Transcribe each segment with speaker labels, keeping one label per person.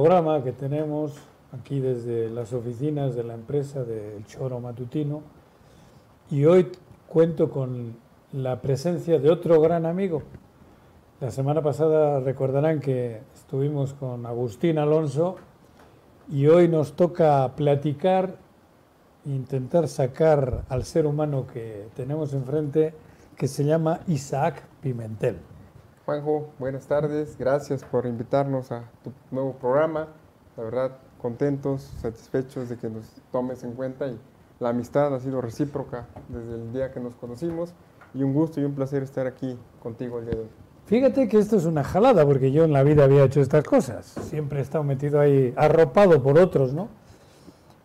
Speaker 1: programa que tenemos aquí desde las oficinas de la empresa del Choro Matutino y hoy cuento con la presencia de otro gran amigo. La semana pasada recordarán que estuvimos con Agustín Alonso y hoy nos toca platicar e intentar sacar al ser humano que tenemos enfrente que se llama Isaac Pimentel.
Speaker 2: Juanjo, buenas tardes. Gracias por invitarnos a tu nuevo programa. La verdad, contentos, satisfechos de que nos tomes en cuenta y la amistad ha sido recíproca desde el día que nos conocimos y un gusto y un placer estar aquí contigo el día de hoy.
Speaker 1: Fíjate que esto es una jalada porque yo en la vida había hecho estas cosas. Siempre he estado metido ahí, arropado por otros, ¿no?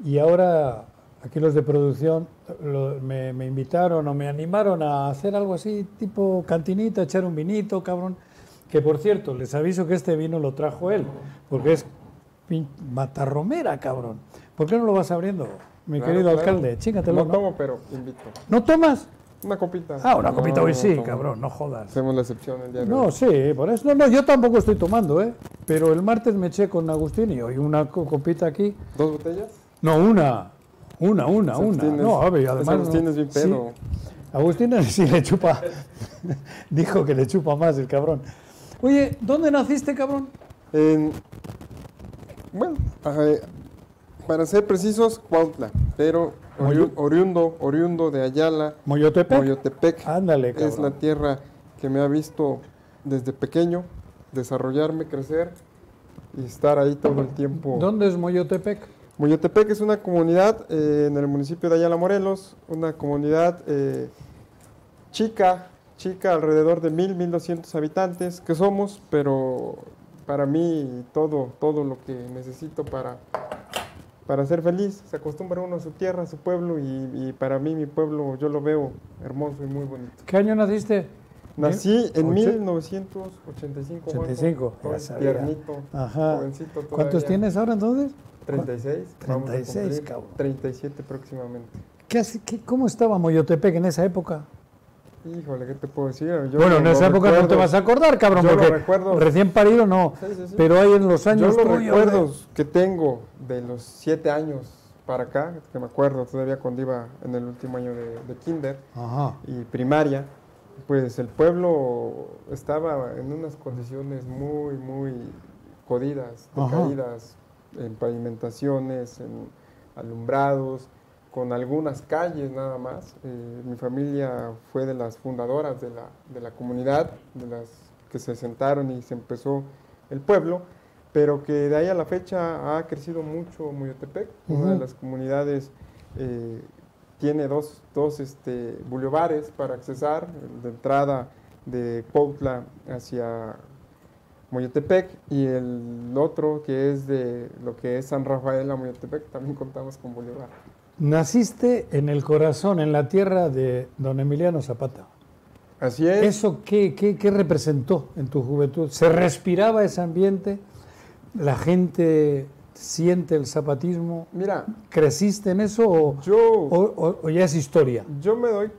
Speaker 1: Y ahora aquí los de producción lo, me, me, invitaron o me animaron a hacer algo así, tipo cantinita, echar un vinito, cabrón. Que por cierto, les aviso que este vino lo trajo él, porque es matarromera, cabrón. ¿Por qué no lo vas abriendo, mi claro, querido claro. alcalde? Chingatelo.
Speaker 2: No, no tomo, pero invito.
Speaker 1: ¿No tomas?
Speaker 2: Una copita.
Speaker 1: Ah, una copita no, hoy sí, no cabrón, no jodas.
Speaker 2: Hacemos la excepción el día de
Speaker 1: No,
Speaker 2: hoy.
Speaker 1: sí, eh, por eso. No, no, yo tampoco estoy tomando, ¿eh? Pero el martes me eché con Agustín y hoy una copita aquí.
Speaker 2: ¿Dos botellas?
Speaker 1: No, una. Una, una, una.
Speaker 2: Es,
Speaker 1: no, ave, además.
Speaker 2: Agustín es bien pedo.
Speaker 1: Sí, Agustín sí le chupa. dijo que le chupa más el cabrón. Oye, ¿dónde naciste, cabrón?
Speaker 2: En, bueno, eh, para ser precisos, Cuautla, pero ori, oriundo, oriundo de Ayala.
Speaker 1: Moyotepec.
Speaker 2: Moyotepec.
Speaker 1: Ándale,
Speaker 2: cabrón. Es la tierra que me ha visto desde pequeño desarrollarme, crecer y estar ahí todo el tiempo.
Speaker 1: ¿Dónde es Moyotepec?
Speaker 2: Moyotepec es una comunidad eh, en el municipio de Ayala Morelos, una comunidad eh, chica, chica, alrededor de 1.000, 1.200 habitantes que somos, pero para mí todo, todo lo que necesito para, para ser feliz, se acostumbra uno a su tierra, a su pueblo, y, y para mí mi pueblo yo lo veo hermoso y muy bonito.
Speaker 1: ¿Qué año naciste?
Speaker 2: Nací en Ocho. 1985.
Speaker 1: 85,
Speaker 2: bueno, ya tiernito, Ajá. jovencito todavía.
Speaker 1: Ah, ¿Cuántos tienes ahora entonces?
Speaker 2: 36.
Speaker 1: 36, cabrón.
Speaker 2: 37 próximamente.
Speaker 1: ¿Qué hace, qué, ¿Cómo estaba Moyotepec en esa época?
Speaker 2: Híjole, ¿qué te puedo decir? Yo
Speaker 1: bueno, en esa época recuerdo. no te vas a acordar, cabrón,
Speaker 2: yo
Speaker 1: porque recién parido no. Sí, sí, sí. Pero hay en los años.
Speaker 2: Yo los recuerdos de... que tengo de los 7 años para acá, que me acuerdo todavía cuando iba en el último año de, de kinder
Speaker 1: Ajá.
Speaker 2: y primaria, pues el pueblo estaba en unas condiciones muy, muy jodidas, decaídas, en pavimentaciones, en alumbrados, con algunas calles nada más. Eh, mi familia fue de las fundadoras de la, de la, comunidad, de las que se sentaron y se empezó el pueblo, pero que de ahí a la fecha ha crecido mucho Moyotepec, uh -huh. una de las comunidades. Eh, tiene dos, dos este, bulevares para accesar, de entrada de Poutla hacia Moyotepec y el otro que es de lo que es San Rafael a Moyotepec, también contamos con Bolívar.
Speaker 1: Naciste en el corazón, en la tierra de don Emiliano Zapata.
Speaker 2: Así es.
Speaker 1: ¿Eso qué, qué, qué representó en tu juventud? ¿Se respiraba ese ambiente? ¿La gente siente el zapatismo?
Speaker 2: Mira.
Speaker 1: ¿Creciste en eso o,
Speaker 2: yo,
Speaker 1: o, o ya es historia?
Speaker 2: Yo me doy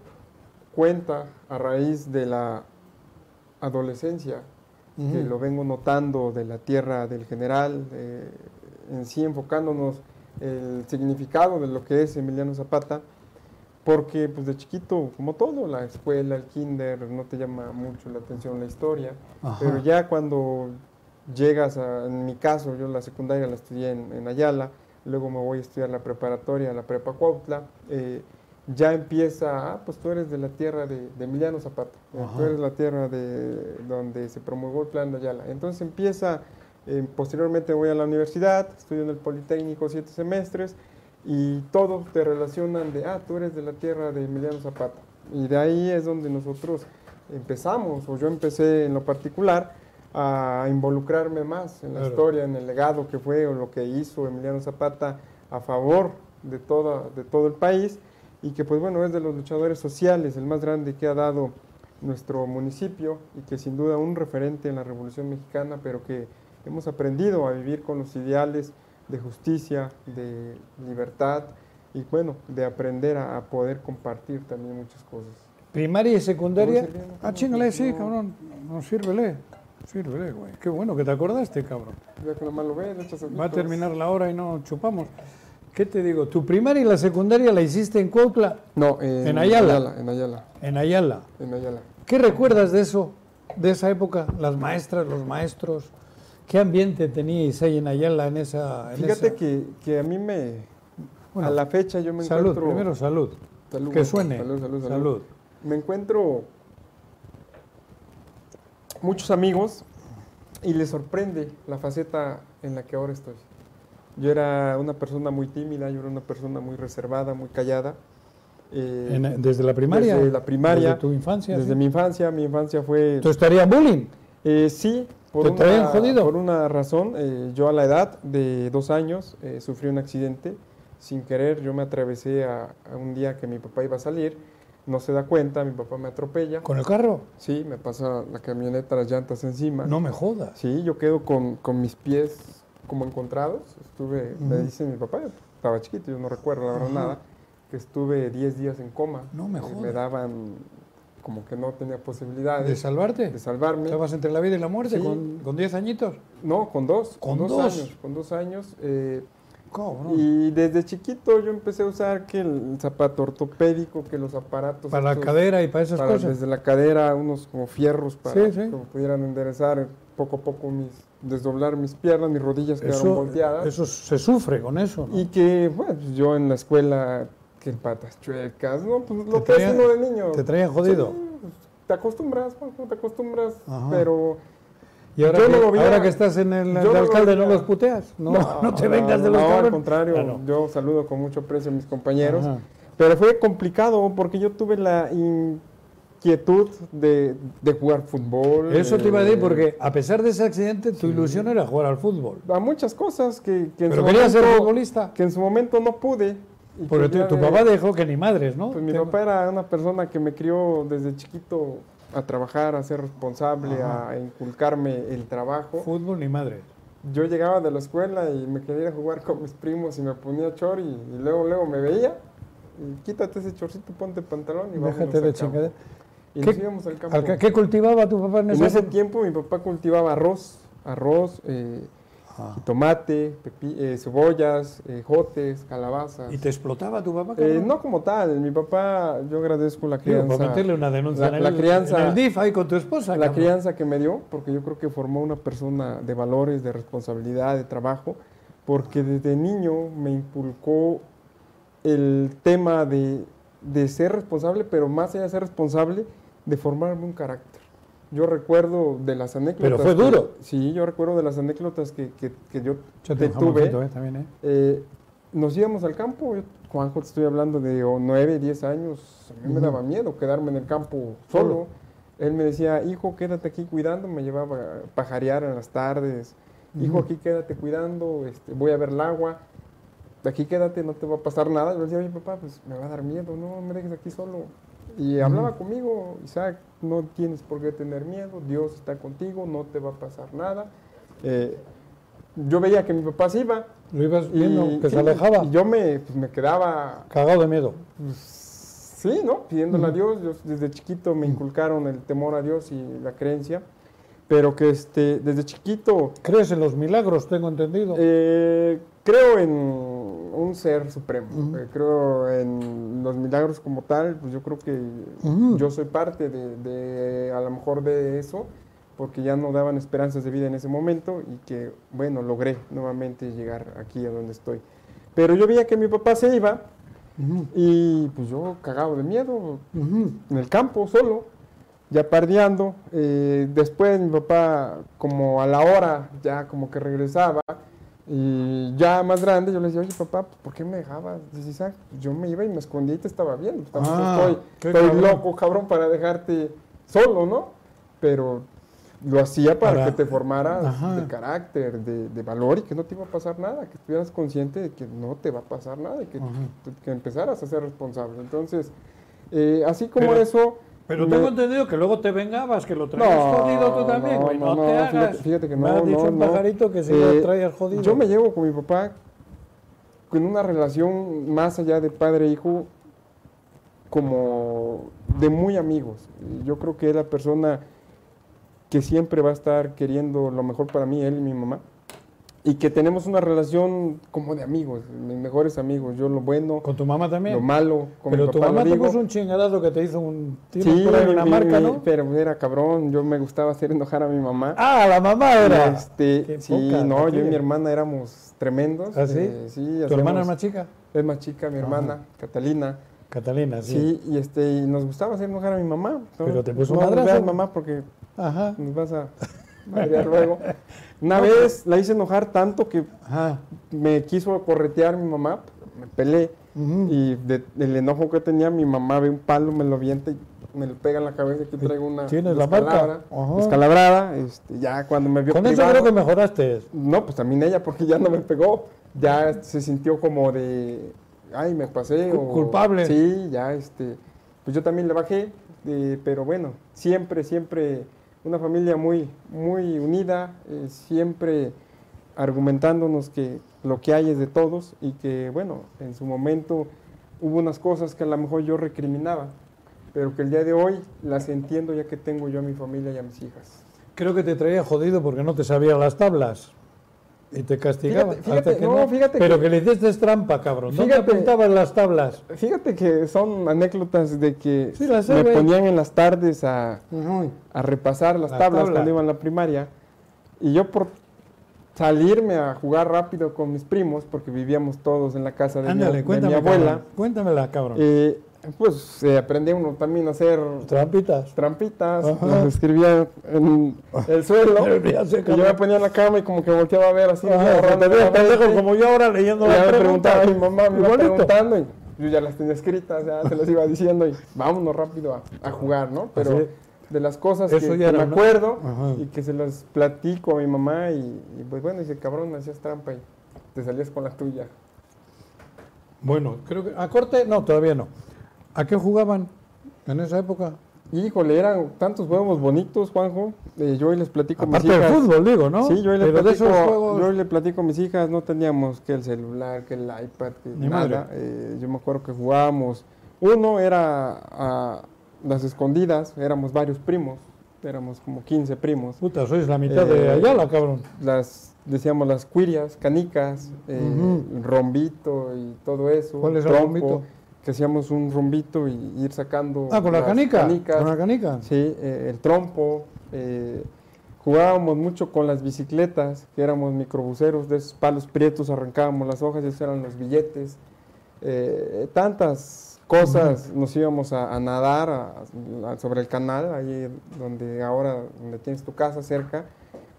Speaker 2: cuenta a raíz de la adolescencia que uh -huh. lo vengo notando de la tierra del general, eh, en sí enfocándonos el significado de lo que es Emiliano Zapata, porque pues de chiquito, como todo, la escuela, el kinder, no te llama mucho la atención la historia, Ajá. pero ya cuando llegas a, en mi caso, yo la secundaria la estudié en, en Ayala, luego me voy a estudiar la preparatoria, la prepa Cuautla, eh, ya empieza, ah, pues tú eres de la tierra de, de Emiliano Zapata, Ajá. tú eres la tierra de donde se promulgó el plan de Ayala. Entonces empieza, eh, posteriormente voy a la universidad, estudio en el Politécnico siete semestres y todos te relacionan de, ah, tú eres de la tierra de Emiliano Zapata. Y de ahí es donde nosotros empezamos, o yo empecé en lo particular, a involucrarme más en la claro. historia, en el legado que fue o lo que hizo Emiliano Zapata a favor de, toda, de todo el país y que pues bueno es de los luchadores sociales, el más grande que ha dado nuestro municipio y que sin duda un referente en la Revolución Mexicana, pero que hemos aprendido a vivir con los ideales de justicia, de libertad y bueno, de aprender a, a poder compartir también muchas cosas.
Speaker 1: Ah, Primaria y secundaria. Ah, chingale, sí, cabrón, no sírvele. Sirve, güey. Qué bueno que te acordaste, cabrón.
Speaker 2: Ya que nomás lo ves, le echas
Speaker 1: Va a
Speaker 2: ojitos.
Speaker 1: terminar la hora y no chupamos. ¿Qué te digo? Tu primaria y la secundaria la hiciste en Cuautla,
Speaker 2: No, en,
Speaker 1: ¿En Ayala?
Speaker 2: En Ayala,
Speaker 1: en Ayala.
Speaker 2: en Ayala.
Speaker 1: ¿Qué recuerdas de eso, de esa época? Las maestras, los maestros. ¿Qué ambiente teníais ahí en Ayala en esa... Ah, en
Speaker 2: Fíjate
Speaker 1: esa-
Speaker 2: que, que a mí me,
Speaker 1: Bueno,
Speaker 2: a la fecha yo me
Speaker 1: salud,
Speaker 2: encuentro...
Speaker 1: primero salud.
Speaker 2: Salud,
Speaker 1: que suene.
Speaker 2: Salud, salud, salud.
Speaker 1: Salud.
Speaker 2: Me encuentro muchos amigos y les sorprende la faceta en la que ahora estoy. Yo era una persona muy tímida, yo era una persona muy reservada, muy callada. Eh,
Speaker 1: En- desde la primaria.
Speaker 2: desde la primaria,
Speaker 1: Desde tu infancia.
Speaker 2: desde
Speaker 1: sí.
Speaker 2: mi infancia, mi infancia fue...
Speaker 1: ¿Tú estarías bullying?
Speaker 2: Eh, sí, por,
Speaker 1: ¿Te
Speaker 2: una,
Speaker 1: traían jodido?
Speaker 2: por una razón. eh, yo a la edad de dos años eh, sufrí un accidente. Sin querer, yo me atravesé a, a un día que mi papá iba a salir. No se da cuenta, mi papá me atropella.
Speaker 1: ¿Con el carro?
Speaker 2: Sí, me pasa la camioneta, las llantas encima.
Speaker 1: No me jodas.
Speaker 2: Sí, yo quedo con, con mis pies como encontrados. Estuve, me
Speaker 1: Ujú.
Speaker 2: dice mi papá, yo estaba chiquito, yo no recuerdo la verdad nada, que estuve 10 días en coma.
Speaker 1: No me
Speaker 2: Eh,
Speaker 1: jodas.
Speaker 2: Me daban como que no tenía
Speaker 1: ¿De
Speaker 2: posibilidades
Speaker 1: salvarte?
Speaker 2: de salvarme.
Speaker 1: Estabas entre la vida y la muerte
Speaker 2: Sí.
Speaker 1: con con 10 añitos.
Speaker 2: No, con dos.
Speaker 1: Con
Speaker 2: Con, dos,
Speaker 1: dos.
Speaker 2: años. Con dos años. eh,
Speaker 1: Cabrón.
Speaker 2: y desde chiquito yo empecé a usar que el zapato ortopédico, que los aparatos.
Speaker 1: para la
Speaker 2: estos
Speaker 1: cadera y para esas
Speaker 2: pues para-
Speaker 1: cosas.
Speaker 2: Desde la cadera, unos como fierros para
Speaker 1: Sí, sí.
Speaker 2: que me pudieran enderezar poco a poco mis. desdoblar mis piernas, mis rodillas quedaron
Speaker 1: Eso,
Speaker 2: volteadas.
Speaker 1: eso se sufre con eso. ¿no?
Speaker 2: Y que, bueno, pues, yo en la escuela, que patas chuecas, ¿no? Pues lo
Speaker 1: Te
Speaker 2: que es
Speaker 1: traían-
Speaker 2: uno de niño.
Speaker 1: Te traían jodido.
Speaker 2: Sí, pues, te acostumbras, Juanjo, te acostumbras,
Speaker 1: Ajá.
Speaker 2: pero.
Speaker 1: Y ahora,
Speaker 2: Yo
Speaker 1: que,
Speaker 2: no lo vi,
Speaker 1: ahora
Speaker 2: ah,
Speaker 1: que estás en el,
Speaker 2: yo
Speaker 1: de
Speaker 2: no lo
Speaker 1: alcalde,
Speaker 2: vi,
Speaker 1: ¿no
Speaker 2: ah.
Speaker 1: los puteas? No, no, te vengas de los
Speaker 2: no, al
Speaker 1: cabrones.
Speaker 2: contrario,
Speaker 1: Ah, no.
Speaker 2: yo saludo con mucho aprecio a mis compañeros.
Speaker 1: Ajá.
Speaker 2: Pero fue complicado porque yo tuve la inquietud de, de jugar fútbol.
Speaker 1: Eso te iba a
Speaker 2: eh,
Speaker 1: decir, porque a pesar de ese accidente, tu ilusión era jugar al fútbol.
Speaker 2: A muchas cosas que, que, en,
Speaker 1: Pero
Speaker 2: su
Speaker 1: querías ser
Speaker 2: momento,
Speaker 1: futbolista.
Speaker 2: que en su momento no pude. y
Speaker 1: Porque
Speaker 2: que ya
Speaker 1: tu, tu
Speaker 2: de-
Speaker 1: papá dejó que ni madres, ¿no?
Speaker 2: Pues mi
Speaker 1: Te-
Speaker 2: papá era una persona que me crió desde chiquito a trabajar, a ser responsable,
Speaker 1: Ajá.
Speaker 2: a inculcarme el trabajo.
Speaker 1: Fútbol ni madres.
Speaker 2: Yo llegaba de la escuela y me quería ir a jugar con mis primos y me ponía chor y, y luego, luego me veía. Y quítate ese chorcito, ponte pantalón y vámonos
Speaker 1: Déjate
Speaker 2: al
Speaker 1: de
Speaker 2: campo.
Speaker 1: chingadera.
Speaker 2: Y
Speaker 1: ¿Qué-
Speaker 2: nos íbamos al campo.
Speaker 1: Al ca- ¿Qué cultivaba tu papá en
Speaker 2: en
Speaker 1: ese,
Speaker 2: ese
Speaker 1: época?
Speaker 2: tiempo mi papá cultivaba arroz, arroz, eh,
Speaker 1: Ah.
Speaker 2: tomate, pepi- eh, cebollas, eh, jotes, calabazas.
Speaker 1: ¿Y te explotaba tu papá?
Speaker 2: Eh,
Speaker 1: cabrón?
Speaker 2: no como tal, mi papá, yo agradezco la
Speaker 1: Digo,
Speaker 2: crianza.
Speaker 1: para meterle una denuncia
Speaker 2: la-
Speaker 1: en,
Speaker 2: la
Speaker 1: el,
Speaker 2: crianza-
Speaker 1: en el DIF ahí con tu esposa.
Speaker 2: La
Speaker 1: cabrón.
Speaker 2: crianza que me dio, porque yo creo que formó una persona de valores, de responsabilidad, de trabajo, porque desde niño me inculcó el tema de, de ser responsable, pero más allá de ser responsable, de formarme un carácter. Yo recuerdo de las anécdotas.
Speaker 1: fue
Speaker 2: que-
Speaker 1: duro.
Speaker 2: sí, yo recuerdo de las anécdotas que, que- que yo
Speaker 1: Yo
Speaker 2: te
Speaker 1: tengo un
Speaker 2: tuve.
Speaker 1: jamoncito, eh, también, eh.
Speaker 2: Eh, nos íbamos al campo, yo, Juanjo, te estoy hablando de o, 9, 10 años, a mí me
Speaker 1: Ujú.
Speaker 2: daba miedo quedarme en el campo
Speaker 1: Solo.
Speaker 2: solo. Él me decía, hijo, quédate aquí cuidando, me llevaba a pajarear en las tardes, hijo,
Speaker 1: Ujú.
Speaker 2: aquí quédate cuidando, este, voy a ver el agua, aquí quédate, no te va a pasar nada. Yo le decía, oye papá, pues me va a dar miedo, no me dejes aquí solo. Y hablaba conmigo, Isaac, no tienes por qué tener miedo, Dios está contigo, no te va a pasar nada. Eh, yo veía que mi papá se iba,
Speaker 1: Lo ibas
Speaker 2: y-
Speaker 1: viendo, que se
Speaker 2: sí,
Speaker 1: alejaba.
Speaker 2: y yo me, pues, me quedaba,
Speaker 1: Cagado de miedo.
Speaker 2: pues, sí, ¿no? Pidiéndole
Speaker 1: Ujú.
Speaker 2: a Dios. Yo desde chiquito me inculcaron el temor a Dios y la creencia. Pero que este, desde chiquito
Speaker 1: ¿Crees en los milagros? Tengo entendido.
Speaker 2: eh, creo en un ser supremo.
Speaker 1: Ujú.
Speaker 2: eh, creo en los milagros como tal. Pues yo creo que
Speaker 1: Ujú.
Speaker 2: yo soy parte de, de, a lo mejor de eso porque ya no daban esperanzas de vida en ese momento y que, bueno, logré nuevamente llegar aquí a donde estoy. Pero yo veía que mi papá se iba
Speaker 1: Ujú,
Speaker 2: y pues yo cagado de miedo,
Speaker 1: ujú.
Speaker 2: en el campo solo, ya pardeando. eh, después mi papá, como a la hora, ya como que regresaba. Y ya más grande, yo le decía, oye papá, pues, ¿por qué me dejabas? Dice Isaac, pues, yo me iba y me escondía y te estaba viendo. pues, tampoco
Speaker 1: Ah, qué
Speaker 2: estoy estoy
Speaker 1: cabrón.
Speaker 2: loco, cabrón, para dejarte solo, ¿no? Pero lo hacía para,
Speaker 1: Para-
Speaker 2: que te formaras
Speaker 1: Ajá.
Speaker 2: de carácter, de, de valor y que no te iba a pasar nada, que estuvieras consciente de que no te va a pasar nada y que,
Speaker 1: Ajá.
Speaker 2: que empezaras a ser responsable. Entonces, eh, así como
Speaker 1: Pero-
Speaker 2: eso.
Speaker 1: Pero
Speaker 2: me-
Speaker 1: tengo entendido que luego te vengabas, que lo traías jodido tú también, güey. No, te hagas.
Speaker 2: Fíjate, fíjate que no.
Speaker 1: Me has dicho
Speaker 2: no,
Speaker 1: un
Speaker 2: no.
Speaker 1: pajarito que si
Speaker 2: Eh,
Speaker 1: lo traías jodido.
Speaker 2: Yo me llevo con mi papá con una relación más allá de e padre-hijo, como de muy amigos. Yo creo que es la persona que siempre va a estar queriendo lo mejor para mí, él y mi mamá, y que tenemos una relación como de amigos, mis mejores amigos, yo lo bueno,
Speaker 1: Con tu mamá también.
Speaker 2: lo malo, con
Speaker 1: pero
Speaker 2: mi
Speaker 1: tu
Speaker 2: papá
Speaker 1: mamá
Speaker 2: lo
Speaker 1: te
Speaker 2: digo.
Speaker 1: puso un chingadazo que te hizo un tiro
Speaker 2: Sí,
Speaker 1: por ahí en
Speaker 2: mi-
Speaker 1: una
Speaker 2: mi-
Speaker 1: marca,
Speaker 2: mi-
Speaker 1: ¿no?
Speaker 2: pero era cabrón, yo me gustaba hacer enojar a mi mamá.
Speaker 1: Ah, la mamá
Speaker 2: Y,
Speaker 1: era.
Speaker 2: este,
Speaker 1: Qué
Speaker 2: sí,
Speaker 1: poca,
Speaker 2: no,
Speaker 1: ¿no?
Speaker 2: yo y mi hermana éramos tremendos.
Speaker 1: ¿Ah, sí?
Speaker 2: eh, sí,
Speaker 1: ¿Tu hermana
Speaker 2: hacíamos-
Speaker 1: es más chica?
Speaker 2: es más chica, mi hermana, Catalina.
Speaker 1: Catalina, sí.
Speaker 2: Sí, y este, y nos gustaba hacer enojar a mi mamá. ¿no?
Speaker 1: Pero te puso
Speaker 2: no,
Speaker 1: madrazo.
Speaker 2: No veas mamá porque
Speaker 1: Ajá.
Speaker 2: nos vas a madrear luego. Una vez la hice enojar tanto que
Speaker 1: Ajá.
Speaker 2: me quiso corretear mi mamá, me peleé.
Speaker 1: Ujú.
Speaker 2: Y de- del enojo que tenía, mi mamá ve un palo, me lo avienta y me lo pega en la cabeza. Aquí traigo una
Speaker 1: Tienes la marca.
Speaker 2: descalabra-
Speaker 1: Ajá.
Speaker 2: descalabrada. Este, ya cuando me vio
Speaker 1: Con eso
Speaker 2: privado-
Speaker 1: creo que mejoraste.
Speaker 2: no, pues también ella, porque ya no me pegó. Ya se sintió como de, ay, me pasé.
Speaker 1: Cu- culpable.
Speaker 2: Sí, ya, este, pues yo también le bajé, eh, pero bueno, siempre, siempre una familia muy, muy unida, eh, siempre argumentándonos que lo que hay es de todos y que, bueno, en su momento hubo unas cosas que a lo mejor yo recriminaba, pero que el día de hoy las entiendo ya que tengo yo a mi familia y a mis hijas.
Speaker 1: Creo que te traía jodido porque no te sabías las tablas. Y te castigaba.
Speaker 2: Fíjate, fíjate,
Speaker 1: hasta que
Speaker 2: no, fíjate
Speaker 1: Pero que le hiciste trampa, cabrón. ¿Dónde
Speaker 2: Fíjate.
Speaker 1: apuntabas las tablas?
Speaker 2: Fíjate que son anécdotas de que
Speaker 1: Sí, las sé,
Speaker 2: me
Speaker 1: güey.
Speaker 2: ponían en las tardes a, a repasar las
Speaker 1: La
Speaker 2: tablas
Speaker 1: tabla.
Speaker 2: cuando iba en la primaria. Y yo por salirme a jugar rápido con mis primos, porque vivíamos todos en la casa de, mi- de
Speaker 1: Ándale,
Speaker 2: mi,
Speaker 1: cuéntame.
Speaker 2: abuela,
Speaker 1: cabrón. Cuéntamela, cabrón.
Speaker 2: eh, pues eh, aprendí uno también a hacer
Speaker 1: Trampitas.
Speaker 2: trampitas,
Speaker 1: Ajá.
Speaker 2: las escribía en el suelo.
Speaker 1: Ya sé,
Speaker 2: y yo me
Speaker 1: cabrón.
Speaker 2: ponía en la cama y como que volteaba a ver así.
Speaker 1: Ajá,
Speaker 2: agarrando
Speaker 1: te veas
Speaker 2: la mente.
Speaker 1: pendejo como yo ahora leyendo
Speaker 2: Ya
Speaker 1: la
Speaker 2: me
Speaker 1: pregunta.
Speaker 2: preguntaba mi mamá, me iba
Speaker 1: Igualito.
Speaker 2: preguntando y yo ya las tenía escritas, ya se las iba diciendo y vámonos rápido a, a jugar, ¿no? Pero
Speaker 1: Así es.
Speaker 2: de las cosas que,
Speaker 1: Eso ya
Speaker 2: que
Speaker 1: era
Speaker 2: me
Speaker 1: una-
Speaker 2: acuerdo
Speaker 1: Ajá.
Speaker 2: y que se las platico a mi mamá y, y pues bueno, dice, cabrón, hacías trampa y te salías con la tuya.
Speaker 1: Bueno, creo que. ¿A corte? No, todavía no. ¿A qué jugaban en esa época?
Speaker 2: Híjole, eran tantos juegos bonitos, Juanjo. eh, yo hoy les platico a mis
Speaker 1: Aparte del
Speaker 2: hijas.
Speaker 1: fútbol, digo, ¿no?
Speaker 2: Sí, yo hoy, les
Speaker 1: Pero de
Speaker 2: platico,
Speaker 1: esos juegos.
Speaker 2: yo hoy le platico a mis hijas, no teníamos que el celular, que el iPad, que
Speaker 1: Ni
Speaker 2: nada. Eh, yo me acuerdo que jugábamos. Uno era a las escondidas, éramos varios primos, éramos como 15 primos.
Speaker 1: Puta, sois la mitad de
Speaker 2: Eh,
Speaker 1: Ayala, cabrón.
Speaker 2: Las decíamos las cuirias, canicas, eh,
Speaker 1: Ujú.
Speaker 2: rombito y todo eso.
Speaker 1: ¿Cuál es el
Speaker 2: trompo,
Speaker 1: rombito?
Speaker 2: Que hacíamos un rombito y ir sacando.
Speaker 1: Ah, con la
Speaker 2: las
Speaker 1: canica.
Speaker 2: canicas.
Speaker 1: Con la canica.
Speaker 2: Sí, eh, el trompo. eh, jugábamos mucho con las bicicletas, que éramos microbuseros, de esos palos prietos arrancábamos las hojas y esos eran los billetes. Eh, tantas cosas nos íbamos a, a nadar a- a- sobre el canal, ahí donde ahora donde tienes tu casa cerca.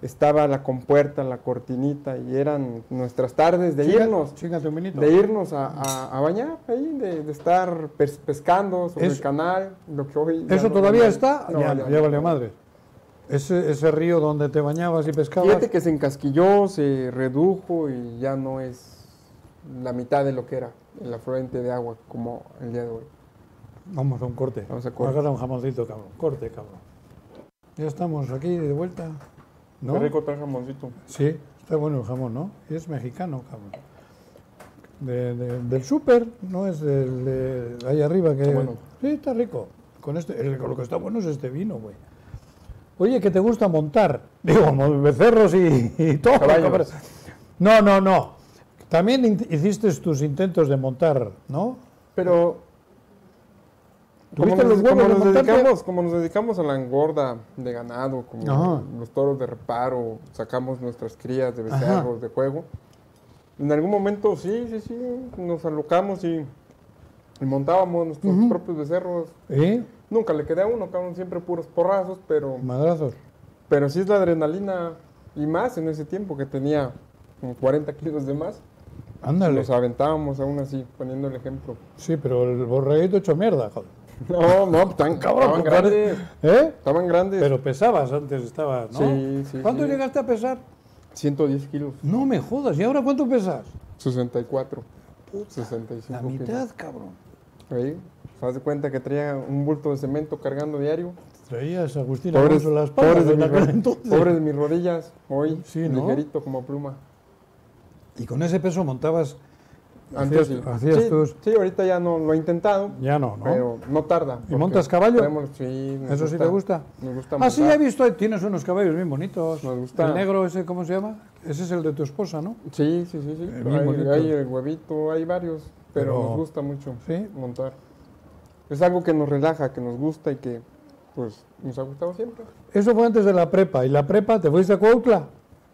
Speaker 2: Estaba la compuerta, la cortinita, y eran nuestras tardes de
Speaker 1: Chinga-
Speaker 2: irnos,
Speaker 1: Chingate un minuto.
Speaker 2: de irnos a, a- a bañar ahí, de, de estar pes- pescando sobre
Speaker 1: Eso-
Speaker 2: el canal, lo que hoy... ya
Speaker 1: ¿Eso
Speaker 2: no-
Speaker 1: todavía está?
Speaker 2: no,
Speaker 1: ya,
Speaker 2: ya-
Speaker 1: ya valió madre. Ese, ese río donde te bañabas y pescabas.
Speaker 2: Fíjate que se encasquilló, se redujo y ya no es la mitad de lo que era el afluente de agua como el día de hoy.
Speaker 1: Vamos a un corte.
Speaker 2: Vamos a corte.
Speaker 1: Agarra un jamoncito, cabrón. Corte, cabrón. Ya estamos aquí de vuelta. ¿No?
Speaker 2: Qué rico está el jamoncito.
Speaker 1: Sí, está bueno el jamón, ¿no? Y es mexicano, cabrón. De- de- del súper, no es del de ahí arriba que.
Speaker 2: Está bueno.
Speaker 1: Sí, está rico. Con este, el- con lo que está bueno es este vino, güey. Oye, que te gusta montar. Digo, mo- becerros y, y todo.
Speaker 2: Caballos.
Speaker 1: cabrón. No, no, no. También in- hiciste tus intentos de montar, ¿no?
Speaker 2: Pero como
Speaker 1: ¿Tuviste
Speaker 2: nos,
Speaker 1: los
Speaker 2: como
Speaker 1: huevos de
Speaker 2: nos
Speaker 1: montarte?
Speaker 2: dedicamos, como nos dedicamos a la engorda de ganado, como
Speaker 1: Ajá.
Speaker 2: los toros de reparo, sacamos nuestras crías de
Speaker 1: Ajá.
Speaker 2: becerros, de juego. En algún momento sí, sí, sí, nos alocamos y, y montábamos nuestros
Speaker 1: Ujú.
Speaker 2: propios becerros.
Speaker 1: ¿Eh?
Speaker 2: Nunca le quedé a uno, cabrón, siempre puros porrazos, pero...
Speaker 1: Madrazos.
Speaker 2: Pero sí es la adrenalina y más en ese tiempo que tenía como 40 kilos de más.
Speaker 1: Ándale.
Speaker 2: Nos aventábamos aún así, poniendo el ejemplo.
Speaker 1: Sí, pero el borreguito hecho mierda, joder.
Speaker 2: No, no, pues, tan cabrón. Estaban
Speaker 1: compadre.
Speaker 2: grandes.
Speaker 1: ¿Eh?
Speaker 2: Estaban grandes.
Speaker 1: Pero pesabas antes, estabas, ¿no?
Speaker 2: Sí, sí,
Speaker 1: ¿Cuánto
Speaker 2: sí.
Speaker 1: llegaste a pesar?
Speaker 2: 110 kilos.
Speaker 1: No me jodas, ¿y ahora cuánto pesas?
Speaker 2: 64.
Speaker 1: Puta,
Speaker 2: 65
Speaker 1: La mitad, cabrón.
Speaker 2: kilos. Ahí. Se hace cuenta que traía un bulto de cemento cargando diario.
Speaker 1: Traías a Agustín
Speaker 2: Pobres,
Speaker 1: Alonso las palmas
Speaker 2: pobres de
Speaker 1: en
Speaker 2: mis
Speaker 1: aquel
Speaker 2: ro-
Speaker 1: entonces.
Speaker 2: pobres de mis rodillas. Hoy,
Speaker 1: Sí, ¿no?
Speaker 2: ligerito como pluma.
Speaker 1: Y con ese peso montabas
Speaker 2: Antes
Speaker 1: Hacías-
Speaker 2: sí.
Speaker 1: hacías
Speaker 2: sí,
Speaker 1: tus-
Speaker 2: sí, ahorita ya no lo he intentado,
Speaker 1: Ya no, ¿no?
Speaker 2: pero no tarda. porque
Speaker 1: montas caballo?
Speaker 2: traemos- sí, nos
Speaker 1: ¿Eso sí te gusta?
Speaker 2: Nos gusta
Speaker 1: Ah, sí,
Speaker 2: montar.
Speaker 1: he visto, ahí tienes unos caballos bien bonitos.
Speaker 2: Nos gusta.
Speaker 1: El negro ese, ¿cómo se llama? Ese es el de tu esposa, ¿no?
Speaker 2: Sí, sí, sí, sí.
Speaker 1: Eh, bien
Speaker 2: Hay,
Speaker 1: bonito.
Speaker 2: hay el huevito, hay varios, pero,
Speaker 1: Pero-
Speaker 2: nos gusta mucho
Speaker 1: Sí.
Speaker 2: montar. Es algo que nos relaja, que nos gusta y que pues nos ha gustado siempre.
Speaker 1: Eso fue antes de la prepa. ¿Y la prepa? ¿Te fuiste a Cuautla?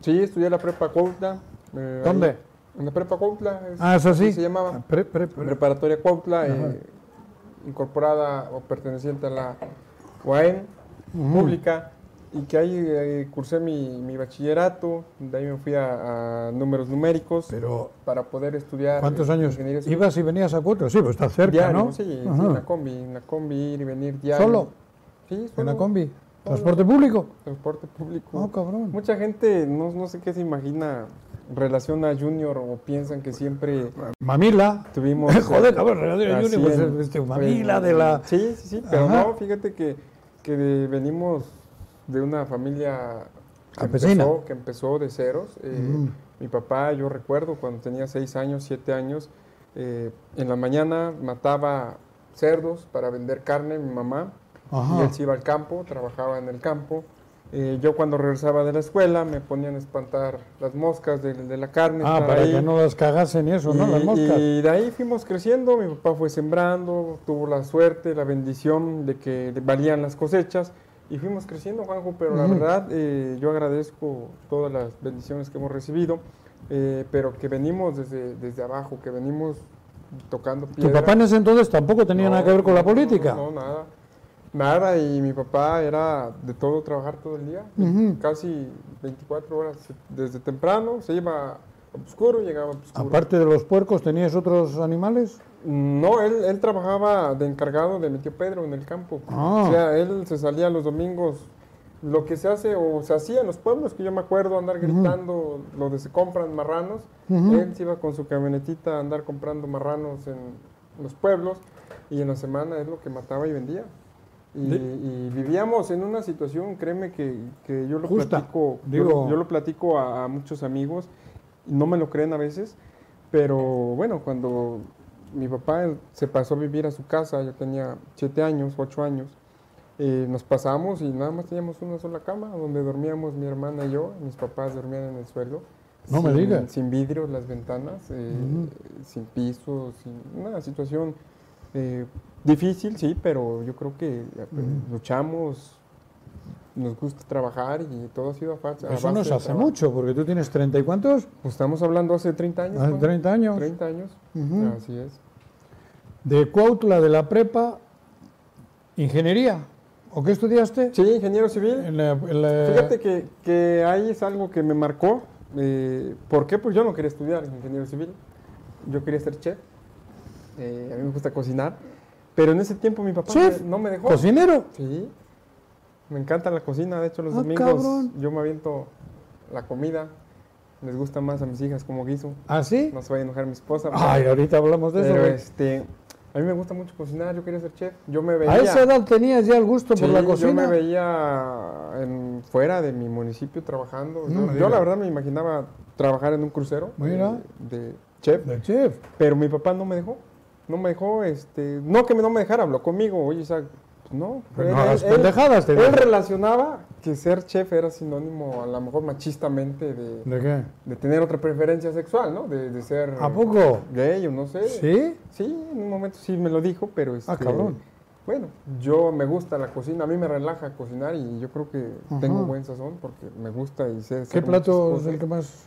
Speaker 2: Sí, estudié la prepa Cuautla. eh,
Speaker 1: ¿Dónde?
Speaker 2: ahí- en la prepa Cuautla. es-
Speaker 1: Ah, eso sí.
Speaker 2: se llamaba.
Speaker 1: Pre- pre- pre-
Speaker 2: Preparatoria Cuautla, eh,
Speaker 1: Ajá.
Speaker 2: incorporada o perteneciente a la UAM
Speaker 1: Mm.
Speaker 2: pública, y que ahí eh, cursé mi, mi bachillerato, de ahí me fui a, a números numéricos
Speaker 1: Pero,
Speaker 2: para poder estudiar.
Speaker 1: ¿cuántos
Speaker 2: eh,
Speaker 1: años?
Speaker 2: ingeniería civil.
Speaker 1: ¿Ibas y venías a Cuautla? Sí, pues está cerca,
Speaker 2: diario,
Speaker 1: ¿no?
Speaker 2: sí, sí,
Speaker 1: Ajá.
Speaker 2: en la combi, en la combi ir y venir diario.
Speaker 1: ¿Solo?
Speaker 2: Sí, solo.
Speaker 1: ¿En la combi? Ah, ¿Transporte público?
Speaker 2: Transporte público.
Speaker 1: No, cabrón.
Speaker 2: Mucha gente, no, no sé qué se imagina, relaciona a Junior o piensan que siempre
Speaker 1: Mamila.
Speaker 2: tuvimos...
Speaker 1: Joder, cabrón, Radio
Speaker 2: Así
Speaker 1: Junior, pues,
Speaker 2: en-
Speaker 1: este,
Speaker 2: en-
Speaker 1: mamila de la...
Speaker 2: Sí, sí, sí, pero
Speaker 1: Ajá.
Speaker 2: no, fíjate que, que de- venimos de una familia que
Speaker 1: Campesina.
Speaker 2: empezó, que empezó de ceros. Eh,
Speaker 1: Mm.
Speaker 2: Mi papá, yo recuerdo, cuando tenía seis años, siete años, eh, en la mañana mataba cerdos para vender carne, mi mamá, y
Speaker 1: Ajá.
Speaker 2: él se iba al campo, trabajaba en el campo. Eh, yo cuando regresaba de la escuela me ponían a espantar las moscas de, de la carne.
Speaker 1: Ah,
Speaker 2: estar
Speaker 1: para
Speaker 2: ahí.
Speaker 1: que no las cagasen y eso, ¿no? Las
Speaker 2: Y-
Speaker 1: moscas.
Speaker 2: Y de ahí fuimos creciendo, mi papá fue sembrando, tuvo la suerte, la bendición de que le valían las cosechas y fuimos creciendo, Juanjo, pero la
Speaker 1: Ujú.
Speaker 2: verdad eh, yo agradezco todas las bendiciones que hemos recibido, eh, pero que venimos desde, desde abajo, que venimos tocando
Speaker 1: Tu
Speaker 2: piedra.
Speaker 1: papá en ese entonces tampoco tenía
Speaker 2: No,
Speaker 1: nada que ver con la
Speaker 2: no, no,
Speaker 1: política.
Speaker 2: No, nada. Nada, y mi papá era de todo trabajar todo el día,
Speaker 1: Ujú.
Speaker 2: casi 24 horas, desde temprano, se iba a oscuro, llegaba a oscuro.
Speaker 1: Aparte de los puercos, ¿tenías otros animales?
Speaker 2: No, él, él trabajaba de encargado de mi tío Pedro en el campo.
Speaker 1: Ah.
Speaker 2: O sea, él se salía los domingos. Lo que se hace o se hacía en los pueblos, que yo me acuerdo andar gritando lo de se compran marranos. Él se iba con su camionetita a andar comprando marranos en los pueblos y en la semana es lo que mataba y vendía. Y, y vivíamos en una situación, créeme que, que yo lo
Speaker 1: Justa.
Speaker 2: platico, yo
Speaker 1: Digo-
Speaker 2: lo- yo lo platico a- a muchos amigos y no me lo creen a veces, pero bueno, cuando mi papá se pasó a vivir a su casa, yo tenía siete años, ocho años, eh, nos pasamos y nada más teníamos una sola cama donde dormíamos mi hermana y yo, mis papás dormían en el suelo.
Speaker 1: No me
Speaker 2: sin-
Speaker 1: digas.
Speaker 2: Sin vidrios las ventanas, eh, sin piso, sin una situación eh, difícil, sí, pero yo creo que eh, luchamos, nos gusta trabajar y todo ha sido a fa- a base
Speaker 1: Eso nos
Speaker 2: de
Speaker 1: hace
Speaker 2: trabajo.
Speaker 1: mucho, porque tú tienes treinta y cuántos?
Speaker 2: Pues estamos hablando hace 30 años.
Speaker 1: Hace
Speaker 2: Juan.
Speaker 1: 30 años.
Speaker 2: 30 años.
Speaker 1: Ujú.
Speaker 2: Así es.
Speaker 1: De Cuautla, de la prepa, ingeniería. ¿O qué estudiaste?
Speaker 2: Sí, ingeniero civil.
Speaker 1: En la- en la-
Speaker 2: Fíjate que, que ahí es algo que me marcó. Eh, ¿Por qué? Pues yo no quería estudiar ingeniero civil. Yo quería ser chef. Eh, a mí me gusta cocinar. Pero en ese tiempo mi papá
Speaker 1: ¿Chef?
Speaker 2: me- no me dejó.
Speaker 1: ¿Cocinero?
Speaker 2: Sí. Me encanta la cocina. De hecho, los
Speaker 1: Ah,
Speaker 2: domingos
Speaker 1: cabrón.
Speaker 2: yo me aviento la comida. Les gusta más a mis hijas como guiso.
Speaker 1: ¿Ah, sí?
Speaker 2: No se vaya a enojar mi esposa.
Speaker 1: Ay, ahorita hablamos de Ah, eso.
Speaker 2: Pero
Speaker 1: güey.
Speaker 2: este, a mí me gusta mucho cocinar, yo quería ser chef. Yo me veía.
Speaker 1: A esa edad tenías ya el gusto
Speaker 2: Sí,
Speaker 1: por la
Speaker 2: Yo me
Speaker 1: cocina.
Speaker 2: veía en- fuera de mi municipio trabajando.
Speaker 1: No
Speaker 2: yo,
Speaker 1: me
Speaker 2: yo
Speaker 1: digas.
Speaker 2: la verdad me imaginaba trabajar en un crucero de-
Speaker 1: Mira.
Speaker 2: de, chef,
Speaker 1: De chef.
Speaker 2: pero mi papá no me dejó. No me dejó, este, no que no me dejara, habló conmigo. Oye, Isaac, pues no.
Speaker 1: Pues
Speaker 2: Él-
Speaker 1: no hagas
Speaker 2: él-
Speaker 1: pendejadas, te
Speaker 2: él
Speaker 1: digo.
Speaker 2: relacionaba que ser chef era sinónimo, a lo mejor machistamente, de,
Speaker 1: ¿De qué?
Speaker 2: de tener otra preferencia sexual, ¿no? De, de ser
Speaker 1: ¿A poco?
Speaker 2: gay o no sé.
Speaker 1: ¿Sí?
Speaker 2: Sí, en un momento sí me lo dijo, pero este,
Speaker 1: Ah, cabrón.
Speaker 2: Bueno, yo me gusta la cocina, a mí me relaja cocinar y yo creo que tengo
Speaker 1: Ajá.
Speaker 2: buen sazón porque me gusta y sé hacer
Speaker 1: ¿Qué
Speaker 2: muchas
Speaker 1: plato es
Speaker 2: cosas.
Speaker 1: el que más...